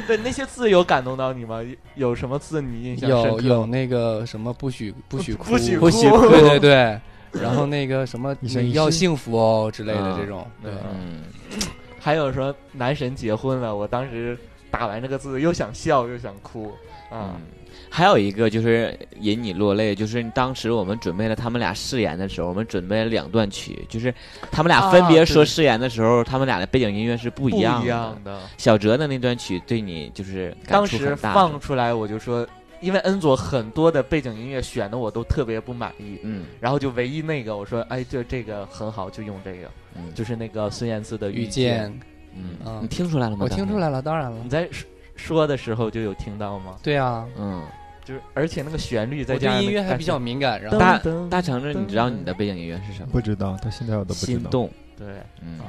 Speaker 2: 对，那些字有感动到你吗？有什么字你印象深刻
Speaker 3: 有有那个什么不许不许哭，
Speaker 2: 不许
Speaker 1: 不许哭
Speaker 3: 对对对。然后那个什么
Speaker 4: 一生一世
Speaker 3: 你要幸福哦之类的这种，对，
Speaker 2: 嗯
Speaker 1: 嗯，
Speaker 2: 还有说男神结婚了，我当时打完这个字又想笑又想哭啊
Speaker 1: 嗯，还有一个就是引你落泪，就是当时我们准备了他们俩誓言的时候，我们准备了两段曲，就是他们俩分别
Speaker 2: 啊
Speaker 1: 说
Speaker 2: 对
Speaker 1: 誓言的时候，他们俩的背景音乐是不
Speaker 2: 不
Speaker 1: 一样的。
Speaker 2: 的。
Speaker 1: 小哲的那段曲对你就是感
Speaker 2: 当
Speaker 1: 触
Speaker 2: 时
Speaker 1: 很大
Speaker 2: 放出来我就说，因为恩佐很多的背景音乐选的我都特别不满意，
Speaker 1: 嗯
Speaker 2: 然后就唯一那个我说，哎，这这个很好，就用这个，
Speaker 1: 嗯
Speaker 2: 就是那个孙燕姿的《
Speaker 3: 遇
Speaker 2: 遇见》。嗯
Speaker 3: 见
Speaker 1: 嗯
Speaker 3: 嗯，
Speaker 1: 你听出来了吗？
Speaker 3: 我听出
Speaker 1: 了。
Speaker 3: 来了，当然了
Speaker 2: 你，在说说的时候就有听到吗？
Speaker 3: 对啊，
Speaker 1: 嗯，
Speaker 2: 就是而且那个旋律
Speaker 3: 我
Speaker 2: 再加
Speaker 3: 对
Speaker 2: 上
Speaker 3: 音乐
Speaker 2: 那个
Speaker 3: 还比较敏感，然后
Speaker 1: 当
Speaker 2: 感觉噔
Speaker 1: 大橙子，你知道你的背景音乐是什么？
Speaker 4: 不知道，到现在我都不知
Speaker 1: 心
Speaker 4: 道。
Speaker 1: 动。
Speaker 2: 对，
Speaker 1: 嗯，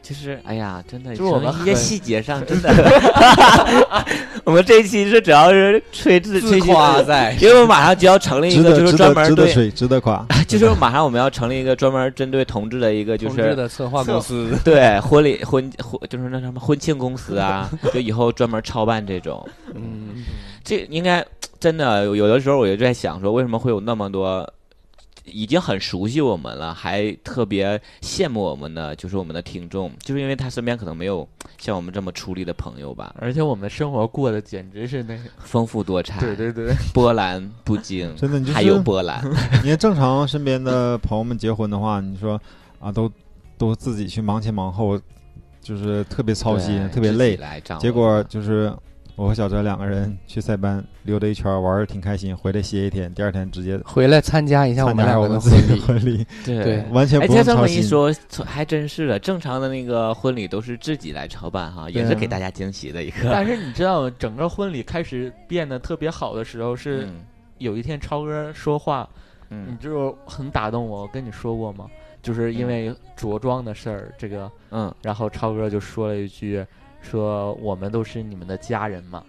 Speaker 1: 就就是哎呀，真的，
Speaker 2: 就是我们
Speaker 1: 从一些
Speaker 2: 很
Speaker 1: 细节
Speaker 2: (laughs)
Speaker 1: 上真的， (laughs) 我们这一期是主要是吹自
Speaker 3: 自
Speaker 1: 吹
Speaker 3: 夸
Speaker 1: 夸，
Speaker 3: 在
Speaker 1: 因为马上就要成立一
Speaker 4: 值
Speaker 1: 个
Speaker 4: 得
Speaker 1: 就是
Speaker 4: 值
Speaker 1: 专
Speaker 4: 得值
Speaker 1: 门
Speaker 4: 得
Speaker 1: 对，
Speaker 4: 吹，值
Speaker 1: (laughs)
Speaker 4: 得夸。
Speaker 1: 就是马上我们要成立一个专门针对同志的一个就
Speaker 3: 同志
Speaker 1: 是
Speaker 3: 的策划公司，
Speaker 1: 对婚礼婚婚就是那什么婚庆公司啊，就以后专门操办这种。
Speaker 3: 嗯，
Speaker 1: 这应该真的有有的时候我就在想说，为什么会有那么多已经很熟悉我们了，还特别羡慕我们的，就是我们的听众，就是因为他身边可能没有像我们这么出力的朋友吧，
Speaker 2: 而且我们的生活过得简直是那
Speaker 3: (laughs)
Speaker 2: 个，
Speaker 1: 丰富多彩，
Speaker 2: 对对对，
Speaker 1: (laughs) 波澜不惊，
Speaker 4: 真的，你就
Speaker 1: 还有
Speaker 4: 是
Speaker 1: 波澜，
Speaker 4: 你看正常身边的朋友们结婚的话，你说啊，都都自己去忙前忙后，就是特别 (laughs) 操心，
Speaker 1: 对
Speaker 4: 特别
Speaker 1: 自己
Speaker 4: 累。
Speaker 1: 来掌握
Speaker 4: 结果就是我和小哲两个人去塞班溜达一圈儿，玩的挺开心，回来歇一天，第二天直接
Speaker 3: (laughs) 回来参加一下
Speaker 4: 参
Speaker 3: 们
Speaker 4: 加
Speaker 3: 两
Speaker 4: 我
Speaker 3: 个
Speaker 4: 们
Speaker 3: 的
Speaker 4: 自
Speaker 3: 婚
Speaker 4: 己
Speaker 3: 礼
Speaker 4: 的，婚礼，
Speaker 1: 对。
Speaker 3: 对
Speaker 4: 完全
Speaker 1: 哎，
Speaker 4: 不
Speaker 1: 他
Speaker 4: 用
Speaker 1: 这
Speaker 4: 操
Speaker 1: 么一
Speaker 4: 心。
Speaker 1: 说，从还真是的。正常的那个婚礼都是自己来操办哈，也
Speaker 3: 对
Speaker 1: 是
Speaker 3: 啊
Speaker 1: 给大家惊喜的一个。
Speaker 2: (laughs) 但是你知道，整个婚礼开始变得特别好的时候，是
Speaker 1: 嗯
Speaker 2: 有一天超哥说话，你
Speaker 1: 嗯
Speaker 2: 就很打动我。我跟你说过吗？就是因
Speaker 3: 嗯
Speaker 2: 为着装的事儿，这个，
Speaker 1: 嗯，
Speaker 2: 然后超哥就说了一句，说我们都是你们的家人嘛，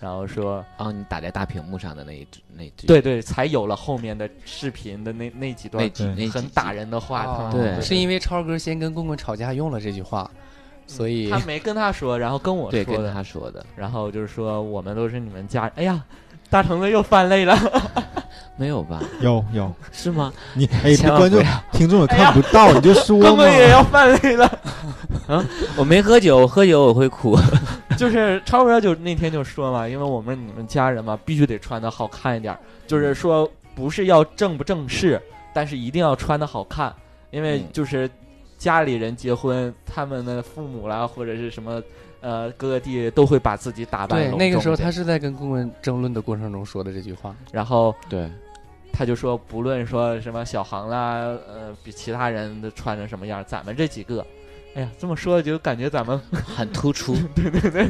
Speaker 2: 然后说，
Speaker 1: 哦，你打在大屏幕上的那一那一句
Speaker 2: 对对，才有了后面的视频的那那几
Speaker 1: 那
Speaker 2: 段
Speaker 1: 几哦
Speaker 4: 对
Speaker 1: 那
Speaker 2: 很
Speaker 1: 几
Speaker 2: 打人的话，他们
Speaker 1: 对
Speaker 3: 是因为超哥先跟棍棍吵架用了这句话，所以
Speaker 2: 他没跟他说，然后跟我
Speaker 1: 对，
Speaker 2: 说
Speaker 1: 跟
Speaker 2: 的，
Speaker 1: 他说的
Speaker 2: 然后就是说我们都是你们家人。哎呀，大橙子又犯累了，
Speaker 1: 没有吧？
Speaker 4: 有有，
Speaker 1: 是吗？
Speaker 4: 你哎，
Speaker 1: 千
Speaker 4: 这
Speaker 1: 万
Speaker 4: 观
Speaker 1: 不
Speaker 4: 众听众也看不到，你就说
Speaker 2: (laughs) 根
Speaker 4: 嘛
Speaker 2: 本。也要犯累了。
Speaker 1: 我没喝酒，喝酒我会哭。
Speaker 2: (laughs) 就是超哥就那天就说嘛，因为我们你们家人嘛，必须得穿的好看一点儿，就是说不是要正不正式，但是一定要穿的好看，因为
Speaker 1: 嗯
Speaker 2: 就是家里人结婚，他们的父母啦或者是什么。呃，哥哥弟弟都会把自己打扮
Speaker 3: (laughs) 对
Speaker 2: 隆
Speaker 3: 那个
Speaker 2: 重
Speaker 3: 时候
Speaker 2: 一点
Speaker 3: 他是在跟棍棍争论的过程中说的这句话，
Speaker 2: 然后
Speaker 1: 对，
Speaker 2: 他就说，不论说什么小航啦，呃，比其他人都穿成什么样，咱们这几个，哎呀，这么说就感觉咱们
Speaker 1: (laughs)
Speaker 2: (laughs)
Speaker 1: 很突出。对对对，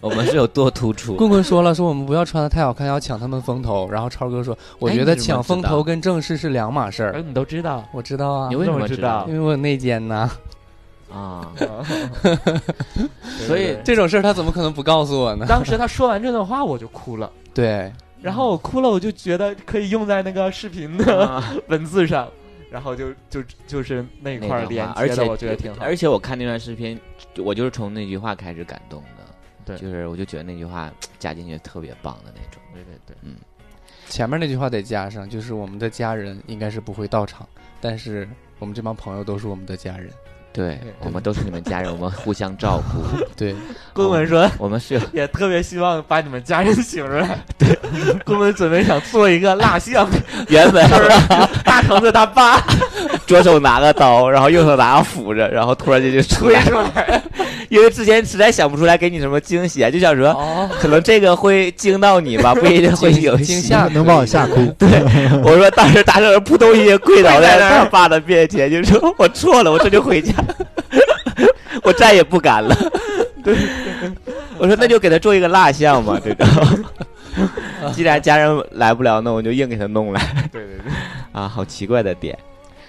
Speaker 1: 我们是有多突出？
Speaker 3: 棍棍说了，说我们不要穿的太好看，要抢他们风头。然后超哥说，我觉得
Speaker 1: 你怎么
Speaker 3: 抢风
Speaker 1: 知道
Speaker 3: 头跟正式是两码事
Speaker 2: 哎，
Speaker 3: 儿。
Speaker 2: 你都知 (laughs) 道，
Speaker 3: 我知道啊
Speaker 1: 你，为什
Speaker 2: 那
Speaker 1: 么
Speaker 2: 我知道
Speaker 3: 因为我有内奸呐。
Speaker 1: 啊？
Speaker 2: 哦所
Speaker 1: 所以
Speaker 2: 以
Speaker 3: 这种事儿他怎么可能不告诉我 (laughs) 呢？
Speaker 2: 当时他说完这段话，我就哭了，
Speaker 3: 嗯对，
Speaker 2: 然后我哭了，我就觉得可以用在那个视频的
Speaker 1: 啊
Speaker 2: (laughs) 文字上，然后就就就是那
Speaker 1: 那
Speaker 2: 块儿
Speaker 1: 段
Speaker 2: 连
Speaker 1: 话而
Speaker 2: 接
Speaker 1: 且
Speaker 2: 的，我觉得挺好。
Speaker 1: 而且我看那段视频，我就是从那句话开始感动的。
Speaker 2: 对
Speaker 1: 就是我就觉得那句话加进去特别棒的那种。
Speaker 2: 对对对，
Speaker 3: 前面那句话得加上，就是我们的家人应该是不会到场，但是我们这帮朋友都是我们的家人。
Speaker 1: 对
Speaker 2: 对
Speaker 1: 我们都是你们家人，我们互相照顾。
Speaker 2: (laughs)
Speaker 3: (laughs) 对，
Speaker 2: 棍棍说
Speaker 1: 我们是有
Speaker 2: 也特别希望把你们家人请出来，对，棍棍准备想做一个蜡像，
Speaker 1: 原本
Speaker 2: 大橙子他爸
Speaker 1: (laughs) 左手拿个刀，然后右手拿个斧子，然后突然间就出
Speaker 2: 推
Speaker 1: 来，
Speaker 2: 出来。
Speaker 1: (laughs) 因为之前实在想不出来给你什么惊喜啊，就想说
Speaker 3: 哦，
Speaker 1: 可能这个会惊到你 (laughs) 吧，不一定会有
Speaker 3: 惊
Speaker 1: 喜
Speaker 3: 吓
Speaker 4: 能能把我吓哭，
Speaker 1: (laughs) 我说当时大圣扑通一下跪倒在
Speaker 2: 跪在那
Speaker 1: 他
Speaker 2: 儿
Speaker 1: 爸的面前，就说：“我错了，我这就回 (laughs) 家，我再也不敢了。”我说那就给他做一个蜡像吧， (laughs) 这种。既然家人来不了，那我就硬给他弄来
Speaker 2: 对对对。
Speaker 1: 啊！好奇怪的点。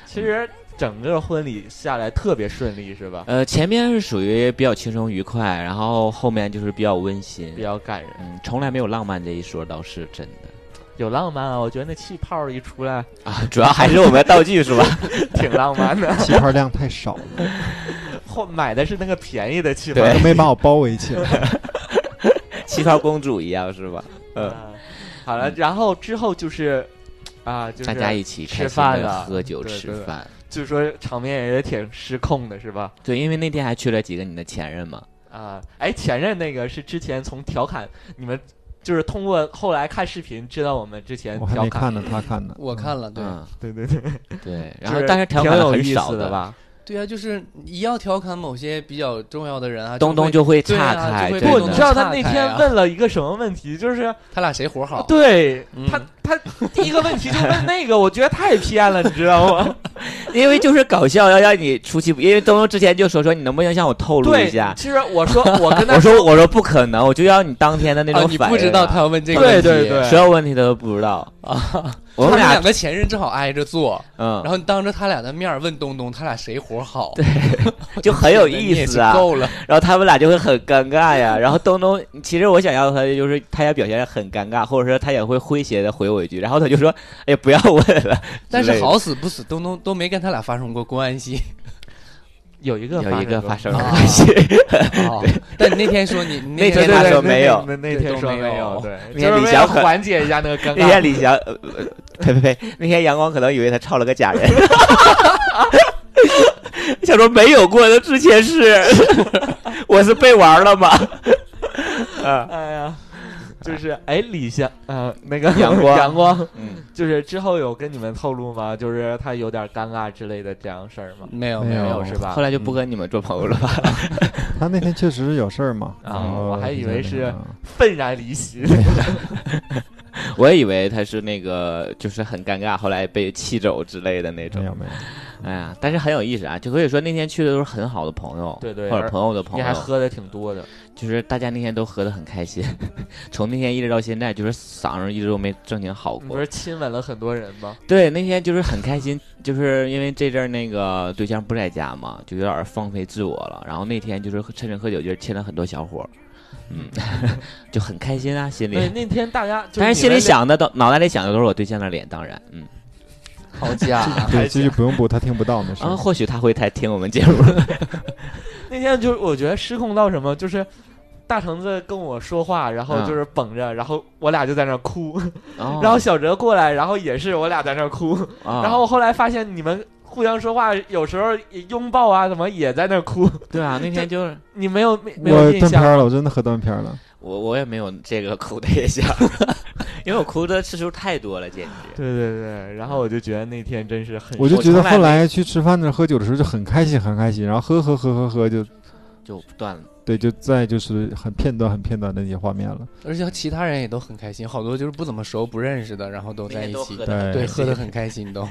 Speaker 2: 其实整个婚礼下来特别顺利，是吧？
Speaker 1: 呃，前面是属于比较轻松愉快，然后后面就是比较温馨
Speaker 2: 比。较感人，
Speaker 1: 嗯，从来没有浪漫这一说，倒是真的
Speaker 2: 有浪漫啊！我觉得那气泡一出来， (laughs)
Speaker 1: 啊。主要还是我们的道具是吧？ (laughs)
Speaker 2: 挺浪漫的。
Speaker 4: (laughs) 气泡量太少了，
Speaker 2: 后买的是那个便宜的气泡，
Speaker 1: 对
Speaker 4: 都没把我包围起来。
Speaker 1: 气泡公主一样是吧？嗯。
Speaker 2: 啊好了，然后之后就是啊，就是
Speaker 1: 大家一起
Speaker 2: 吃
Speaker 1: 开心
Speaker 2: 饭
Speaker 1: 地
Speaker 2: 了
Speaker 1: 喝酒
Speaker 2: 对
Speaker 1: 吃
Speaker 2: 对
Speaker 1: 饭。
Speaker 2: 就是说场面也挺失控的，是吧？
Speaker 1: 对，因为那天还去了几个你的前任嘛。
Speaker 2: 啊，哎，前任那个是之前从调侃你们，就是通过后来看视频知道我们之前
Speaker 4: 我还
Speaker 2: 调
Speaker 4: 没
Speaker 2: 侃，
Speaker 4: 看呢，他看呢。
Speaker 3: 我看了，对，
Speaker 1: 嗯，
Speaker 2: 对对对， (laughs)
Speaker 1: 对。然后
Speaker 2: 就是
Speaker 1: 但是调
Speaker 2: 挺
Speaker 1: 侃得
Speaker 2: 有
Speaker 1: 很
Speaker 2: 意
Speaker 1: 少
Speaker 2: 思的？吧？
Speaker 3: 对啊，就是一要调侃某些比较重要的人啊，
Speaker 1: 东东
Speaker 3: 就
Speaker 1: 就会
Speaker 3: 对
Speaker 1: 岔
Speaker 3: 啊
Speaker 1: 开，
Speaker 3: 就会
Speaker 1: 真
Speaker 3: 被
Speaker 2: 不，
Speaker 3: 动
Speaker 2: 你
Speaker 1: 的
Speaker 2: 知道他
Speaker 3: 岔
Speaker 2: 那
Speaker 3: 开
Speaker 2: 天
Speaker 3: 啊
Speaker 2: 问了一个什么问题，就是
Speaker 3: 会他俩谁活好？
Speaker 2: 对
Speaker 3: 嗯
Speaker 2: 他他第一个问题就问那个，我觉得太偏了，你知道吗？
Speaker 1: 因为就是搞笑，要让你出其不，因为东东之前就说说你 (laughs) 能不能向我透露
Speaker 2: 对
Speaker 1: 一下，？
Speaker 2: 其实我说我跟他
Speaker 1: 我说我说不可能，我就要你当天的那
Speaker 3: 啊，
Speaker 2: 哦
Speaker 1: 种
Speaker 3: 你
Speaker 1: 反应啊、
Speaker 3: 不知道他要问这个
Speaker 2: 对
Speaker 3: 问题
Speaker 2: 对对
Speaker 1: 所有问题他都不知道。 (laughs)
Speaker 3: 啊，
Speaker 1: 我们
Speaker 3: 他们
Speaker 1: 俩
Speaker 3: 两个前任正好挨着坐，然
Speaker 1: 嗯，
Speaker 3: 后你当着他俩的面儿问东东，他俩谁活好？
Speaker 1: 就很有意思 (laughs) 啊
Speaker 3: 你也是。够了，
Speaker 1: 然后他们俩就会很尴尬呀。然后东东，其实我想要他的就是他也表现得很尴尬，或者说他也会诙谐的回我一句，然后他就说：“哎，不要问了。
Speaker 3: 但
Speaker 1: 之类
Speaker 3: 是
Speaker 1: 的
Speaker 3: 好死不死，东东都没跟他俩发生过
Speaker 1: (laughs)
Speaker 3: 关系。
Speaker 2: 有一”个
Speaker 1: 有一个
Speaker 2: 过
Speaker 1: (laughs) 发生了
Speaker 3: 啊
Speaker 1: 关系，
Speaker 3: 哦但你那天说你你
Speaker 1: 那
Speaker 3: 天
Speaker 1: 天他
Speaker 3: 说
Speaker 1: 说没有
Speaker 2: 那那
Speaker 3: 对
Speaker 2: 天
Speaker 3: 都
Speaker 2: 说
Speaker 3: 没
Speaker 2: 没
Speaker 3: 有
Speaker 2: 对，
Speaker 1: 那
Speaker 2: 就
Speaker 1: 天
Speaker 2: 是
Speaker 1: 李
Speaker 2: 为
Speaker 1: 翔
Speaker 2: 了
Speaker 1: 很
Speaker 2: 缓解一下那个尴
Speaker 1: (laughs) 那天
Speaker 2: 尬。
Speaker 1: 李翔，呃 (laughs) 呃呸呸呸，那天阳光可能以为他抄了个假人， (laughs) 想说没有过的之前是， (laughs) 我是被玩了吗？啊，
Speaker 2: 哎 (laughs) 呀，就是哎，李翔，呃，那个
Speaker 1: 阳光
Speaker 2: (laughs) 阳光，
Speaker 1: 嗯，
Speaker 2: 就是之后有跟你们透露吗？就是他有点尴尬之类的这样事儿吗？
Speaker 3: 没有
Speaker 4: 没
Speaker 3: 有
Speaker 2: 没
Speaker 4: 有
Speaker 2: 有是吧
Speaker 1: 后？来就不跟你们做朋友了吧？
Speaker 4: 他那天确实是有事儿嘛，
Speaker 2: 啊
Speaker 4: 然后
Speaker 2: 我还以为是
Speaker 4: 啊
Speaker 2: 愤然离席。
Speaker 1: 我也以为他是那个，就是很尴尬，后来被气走之类的那
Speaker 4: 没
Speaker 1: 种
Speaker 4: 有。没有，，
Speaker 1: 哎呀，但是很有意思啊，就可以说那天去的都是很好的朋友，
Speaker 2: 对对
Speaker 1: 或者
Speaker 2: 而
Speaker 1: 朋友的朋
Speaker 2: 你还
Speaker 1: 友，
Speaker 2: 喝的挺多的，
Speaker 1: 就是大家那天都喝得很开心， (laughs) 从那天一直到现在，就是嗓子一直都没正经好
Speaker 2: 你不
Speaker 1: 过。
Speaker 2: 是亲吻了很多人吗？
Speaker 1: 对，那天就是很开心，就是因为这阵儿那个对象不在家嘛，就有点儿放飞自我了。然后那天就是趁着喝酒劲儿亲了很多小伙儿，嗯， (laughs) 就很开心啊，心里。
Speaker 2: 对，那天大家，就
Speaker 1: 但是心里
Speaker 2: 你们
Speaker 1: 想的都，脑袋里想的都是我对象的脸，当然，嗯，
Speaker 3: 好假啊
Speaker 1: (laughs)
Speaker 4: 对，继续不用补，他听不到那是。
Speaker 1: 啊，或许他会太听我们节目，
Speaker 2: 那天就是我觉得失控到什么，就是大橙子跟我说话，然后
Speaker 1: 嗯
Speaker 2: 就是绷着，然后我俩就在那儿哭，
Speaker 1: (laughs) 哦
Speaker 2: 然后小哲过来，然后也是我俩在那儿哭，
Speaker 1: 啊
Speaker 2: 然后后来发现你们互相说话，有时候也拥抱啊，怎么也在那儿哭， (laughs)
Speaker 1: 对啊，那天就是
Speaker 2: 你没有没没有
Speaker 4: 我
Speaker 2: 印
Speaker 4: 断片
Speaker 2: 象？
Speaker 4: 儿了，我真的喝断片儿了。
Speaker 1: 我我也没有这个哭的印象，因为我哭的次数太多了，简直。
Speaker 2: 对对对，然后我就觉得那天真是很
Speaker 4: 我就
Speaker 1: 我
Speaker 4: 觉得
Speaker 1: 从来
Speaker 4: 后
Speaker 1: 没
Speaker 4: 来去吃饭的时候喝酒的时候就很开心，很开心，然后喝喝喝喝喝就
Speaker 1: 就不断了。
Speaker 4: 对，就再就是很片段、很片段的那些画面了。
Speaker 3: 而且其他人也都很开心，好多就是不怎么熟、不认识的，然后都在一起
Speaker 1: 那天都喝，
Speaker 4: 得很
Speaker 3: 对，
Speaker 4: 开
Speaker 1: 心
Speaker 3: 喝得很开心都。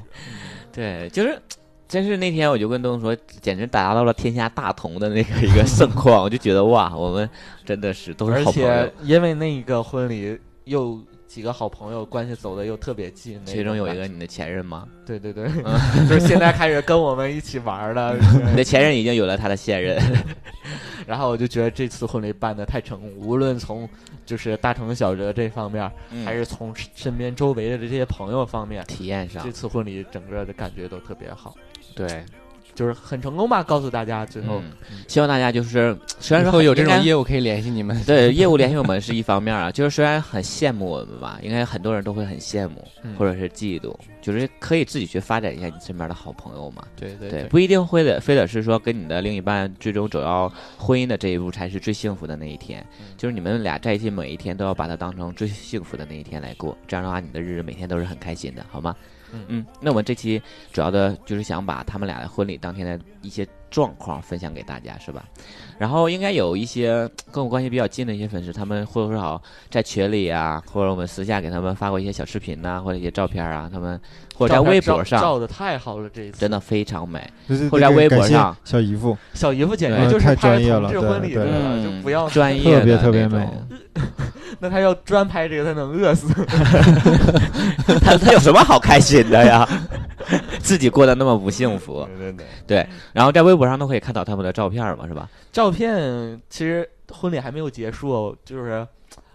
Speaker 1: 对，就是，真是那天我就跟东东说，简直达到了天下大同的那个一个盛况，我就觉得哇，我们真的是都是
Speaker 2: 而
Speaker 1: 好朋友
Speaker 2: 且。因为那一个婚礼又。几个好朋友关系走的又特别近，那
Speaker 1: 其中有
Speaker 2: 种
Speaker 1: 一个你的前任吗？
Speaker 2: 对
Speaker 1: (laughs)
Speaker 2: 对对，就是现在开始跟我们一起玩了。
Speaker 1: 你的前任已经有了他的现任，
Speaker 2: 然后我就觉得这次婚礼办的太成功，无论从就是大成小哲这方面，
Speaker 1: 嗯
Speaker 2: 还是从身边周围的这些朋友方面，
Speaker 1: (laughs) 体验上
Speaker 2: 这次婚礼整个的感觉都特别好，
Speaker 1: 对。
Speaker 2: 就是很成功吧。告诉大家，最后、
Speaker 1: 嗯，希望大家就是虽然
Speaker 3: 以
Speaker 1: 说
Speaker 3: 后有这
Speaker 1: 应
Speaker 3: 种
Speaker 1: 该
Speaker 3: 业务可以联系你们。
Speaker 1: 对业务联系我们是一方面啊，就是虽然很羡慕我们吧，应该很多人都会很羡慕
Speaker 2: 嗯
Speaker 1: 或者是嫉妒，就是可以自己去发展一下你身边的好朋友嘛。
Speaker 3: (laughs) 对对
Speaker 1: 对，
Speaker 3: 对，
Speaker 1: 不一定会得非得是说跟你的另一半最终走到婚姻的这一步才是最幸福的那一天，
Speaker 2: 嗯
Speaker 1: 就是你们俩在一起每一天都要把它当成最幸福的那一天来过，这样的话你的日子每天都是很开心的，好吗？
Speaker 2: 嗯
Speaker 1: 那我们这期主要的就是想把他们俩的婚礼当天的一些状况分享给大家，是吧？然后应该有一些跟我关系比较近的一些粉丝，他们或多或少在群里啊，或者我们私下给他们发过一些小视频呐、或者一些照片啊，他们或者在
Speaker 2: 照片
Speaker 1: 微
Speaker 2: 照
Speaker 1: 博上，
Speaker 2: 照的太好了，这一次
Speaker 1: 真的非常美。
Speaker 4: 就是
Speaker 1: 或者在
Speaker 4: 这个
Speaker 1: 微博
Speaker 4: 感谢
Speaker 1: 上
Speaker 4: 小姨夫，
Speaker 2: 小姨夫简直
Speaker 1: 对
Speaker 2: 就是
Speaker 4: 太
Speaker 2: 拍
Speaker 4: 专业
Speaker 2: 同
Speaker 4: 了
Speaker 2: 志
Speaker 4: 对
Speaker 2: 婚礼
Speaker 4: 对
Speaker 2: 的了，
Speaker 1: 嗯，
Speaker 2: 就不要
Speaker 1: 专业
Speaker 4: 特
Speaker 1: 的
Speaker 4: 别特别
Speaker 1: 那种
Speaker 4: 美
Speaker 2: (laughs) 那他要专拍这个，他能饿死。
Speaker 1: (laughs) 他他有什么好开心的呀？ (laughs) 自己过得那么不幸福，
Speaker 2: 对对对，
Speaker 1: 然后在微博上都可以看到他们的照片嘛，是吧？
Speaker 2: 照片其实婚礼还没有结束，就是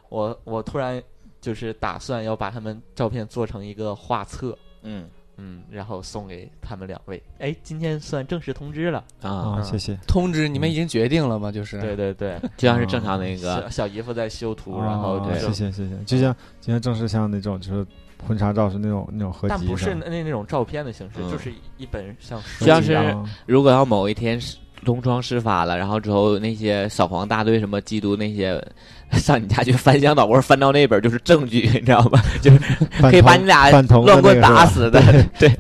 Speaker 2: 我我突然就是打算要把他们照片做成一个画册。
Speaker 1: 嗯
Speaker 2: 嗯，然后送给他们两位。哎，今天算正式通知了。
Speaker 1: 啊，
Speaker 4: 啊！谢谢。
Speaker 3: 通知你们已经决定了吗？就是
Speaker 2: 对对对，
Speaker 1: 就像是正常那个
Speaker 2: 小小姨夫在修图，
Speaker 4: 啊
Speaker 2: 然后
Speaker 1: 对
Speaker 2: 就
Speaker 4: 谢谢谢谢，就像就像正式像那种就是婚纱照是那种那种合集
Speaker 2: 但
Speaker 4: 的，
Speaker 2: 不是那那种照片的形式，
Speaker 1: 嗯
Speaker 2: 就是一本像书
Speaker 1: 就
Speaker 2: 一样
Speaker 1: 像是
Speaker 4: 啊
Speaker 1: 如果要某一天是东窗事发了，然后之后那些扫黄大队什么缉毒那些 (laughs) 上你家去翻箱倒柜，翻到那本就是证据，你知道吧？
Speaker 4: 反
Speaker 1: 可以把
Speaker 4: 同
Speaker 1: 你俩
Speaker 4: 反同的
Speaker 1: 乱
Speaker 4: 那
Speaker 1: 棍
Speaker 4: 个是
Speaker 1: 打
Speaker 4: 吧
Speaker 1: 死的， (laughs) 对。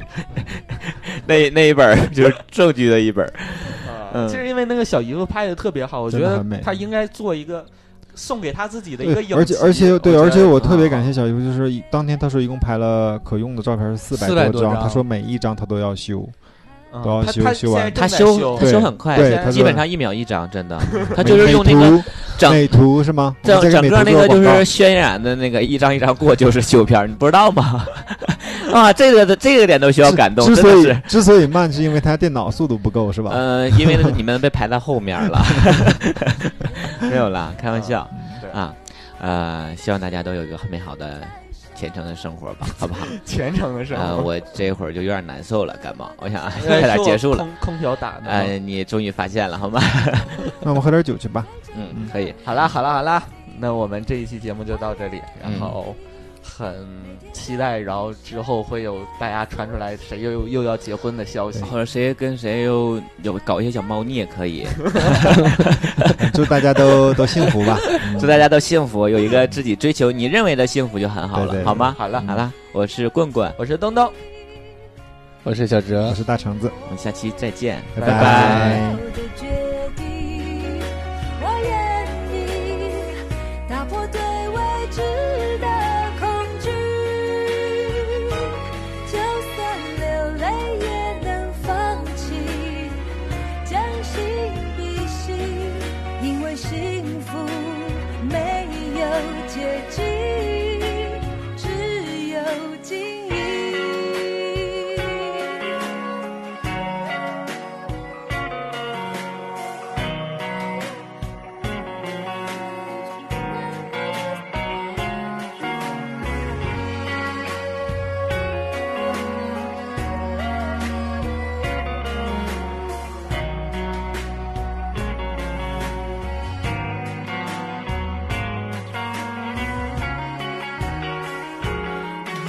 Speaker 1: 那那一本儿就是证据的一本儿，
Speaker 2: 啊
Speaker 1: 嗯
Speaker 2: 其实因为那个小姨夫拍的特别好，我觉
Speaker 4: 真的
Speaker 2: 得
Speaker 4: 很美
Speaker 2: 他应该做一个送给他自己的一
Speaker 4: 对
Speaker 2: 个影集。
Speaker 4: 而且而且对，
Speaker 2: 我觉
Speaker 4: 而且
Speaker 2: 得
Speaker 4: 我特别
Speaker 2: 啊
Speaker 4: 感谢小姨夫，就是一当天他说一共拍了可用的照片是四百
Speaker 3: 400多
Speaker 4: 张，
Speaker 3: 张
Speaker 4: 他说每一张他都要修，
Speaker 2: 嗯
Speaker 4: 都要
Speaker 2: 他
Speaker 4: 修
Speaker 2: 他
Speaker 4: 修完
Speaker 2: 现在
Speaker 1: 他
Speaker 2: 正在
Speaker 1: 修
Speaker 2: 修
Speaker 1: 他
Speaker 4: 对
Speaker 1: 修很快
Speaker 4: 对
Speaker 2: 现，在
Speaker 1: 基本上一秒一张，真
Speaker 4: (laughs)
Speaker 1: 的，他就是用那
Speaker 4: 美
Speaker 1: 个
Speaker 4: 图
Speaker 1: 整
Speaker 4: 美图是吗？我
Speaker 1: 整
Speaker 4: 们在给
Speaker 1: 整
Speaker 4: 美
Speaker 1: 个那个
Speaker 4: 图做
Speaker 1: 就
Speaker 4: 广告
Speaker 1: 是渲染的那个一张一张过就是 (laughs) 修片儿，你不知道吗？ (laughs) 啊，这个的这个点都需要感动，
Speaker 4: 之
Speaker 1: 真
Speaker 4: 所
Speaker 1: 的
Speaker 4: 以
Speaker 1: 是。
Speaker 4: 之所以慢，是因为他电脑速度不够，是吧？
Speaker 1: 呃，因为你们被排在后面了， (laughs) 没有啦，开玩笑
Speaker 4: 嗯
Speaker 2: 对
Speaker 1: 啊，呃，希望大家都有一个很美好的虔诚的生活吧，好不好？
Speaker 2: (laughs) 全程的生
Speaker 4: 啊
Speaker 1: 呃，
Speaker 2: 活。
Speaker 1: 我这会儿就有点难受了，感冒，我想
Speaker 4: (laughs)
Speaker 1: (laughs)
Speaker 2: 呃
Speaker 1: 快点
Speaker 2: 是我
Speaker 1: 结束了。
Speaker 2: 空空调打的。
Speaker 4: 哎
Speaker 1: 呃，你终于发现了，好吗？
Speaker 4: 那我们喝点酒去吧。
Speaker 1: 嗯，可以。
Speaker 2: 好啦好啦好啦，那我们这一期节目就到这里，然后
Speaker 4: 嗯
Speaker 2: 很期待，然后之后会有大家传出来谁又又又要结婚的消息。
Speaker 1: 或者谁跟谁又有搞一些小猫腻也可以，
Speaker 4: 嗯祝大家都都幸福
Speaker 1: (laughs)
Speaker 4: 吧！嗯
Speaker 1: 祝大家都幸福，有一个自己追求你认为的幸福就很好
Speaker 4: 对
Speaker 1: 了，
Speaker 4: 对
Speaker 1: 好吗？
Speaker 2: 好了
Speaker 1: 好了，我是棍棍，
Speaker 2: 我是东东，
Speaker 3: 我是小哲
Speaker 4: 嗯我，是大橙子，
Speaker 1: 我们下期再见。
Speaker 2: 拜
Speaker 4: 拜
Speaker 1: 拜
Speaker 5: 我的决定，我愿意打破对未知的恐惧，就算流泪也能放弃，将心比心，因为幸福没有捷径，只有经营。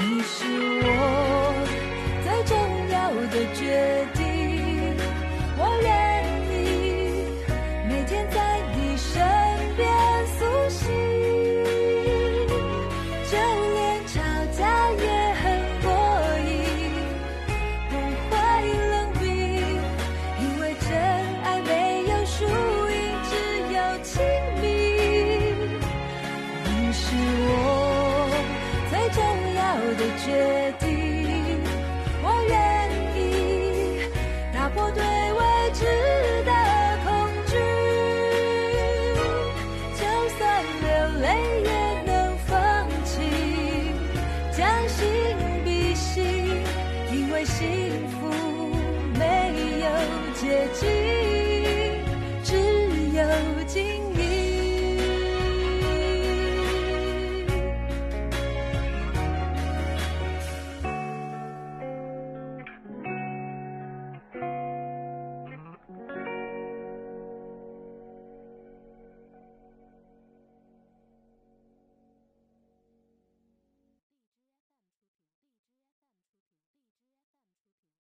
Speaker 5: 你是我最重要的决定，我愿意每天在你身边苏醒，就连吵架也很过瘾，不会冷冰，因为真爱没有输赢，只有亲密。你是我最重要的决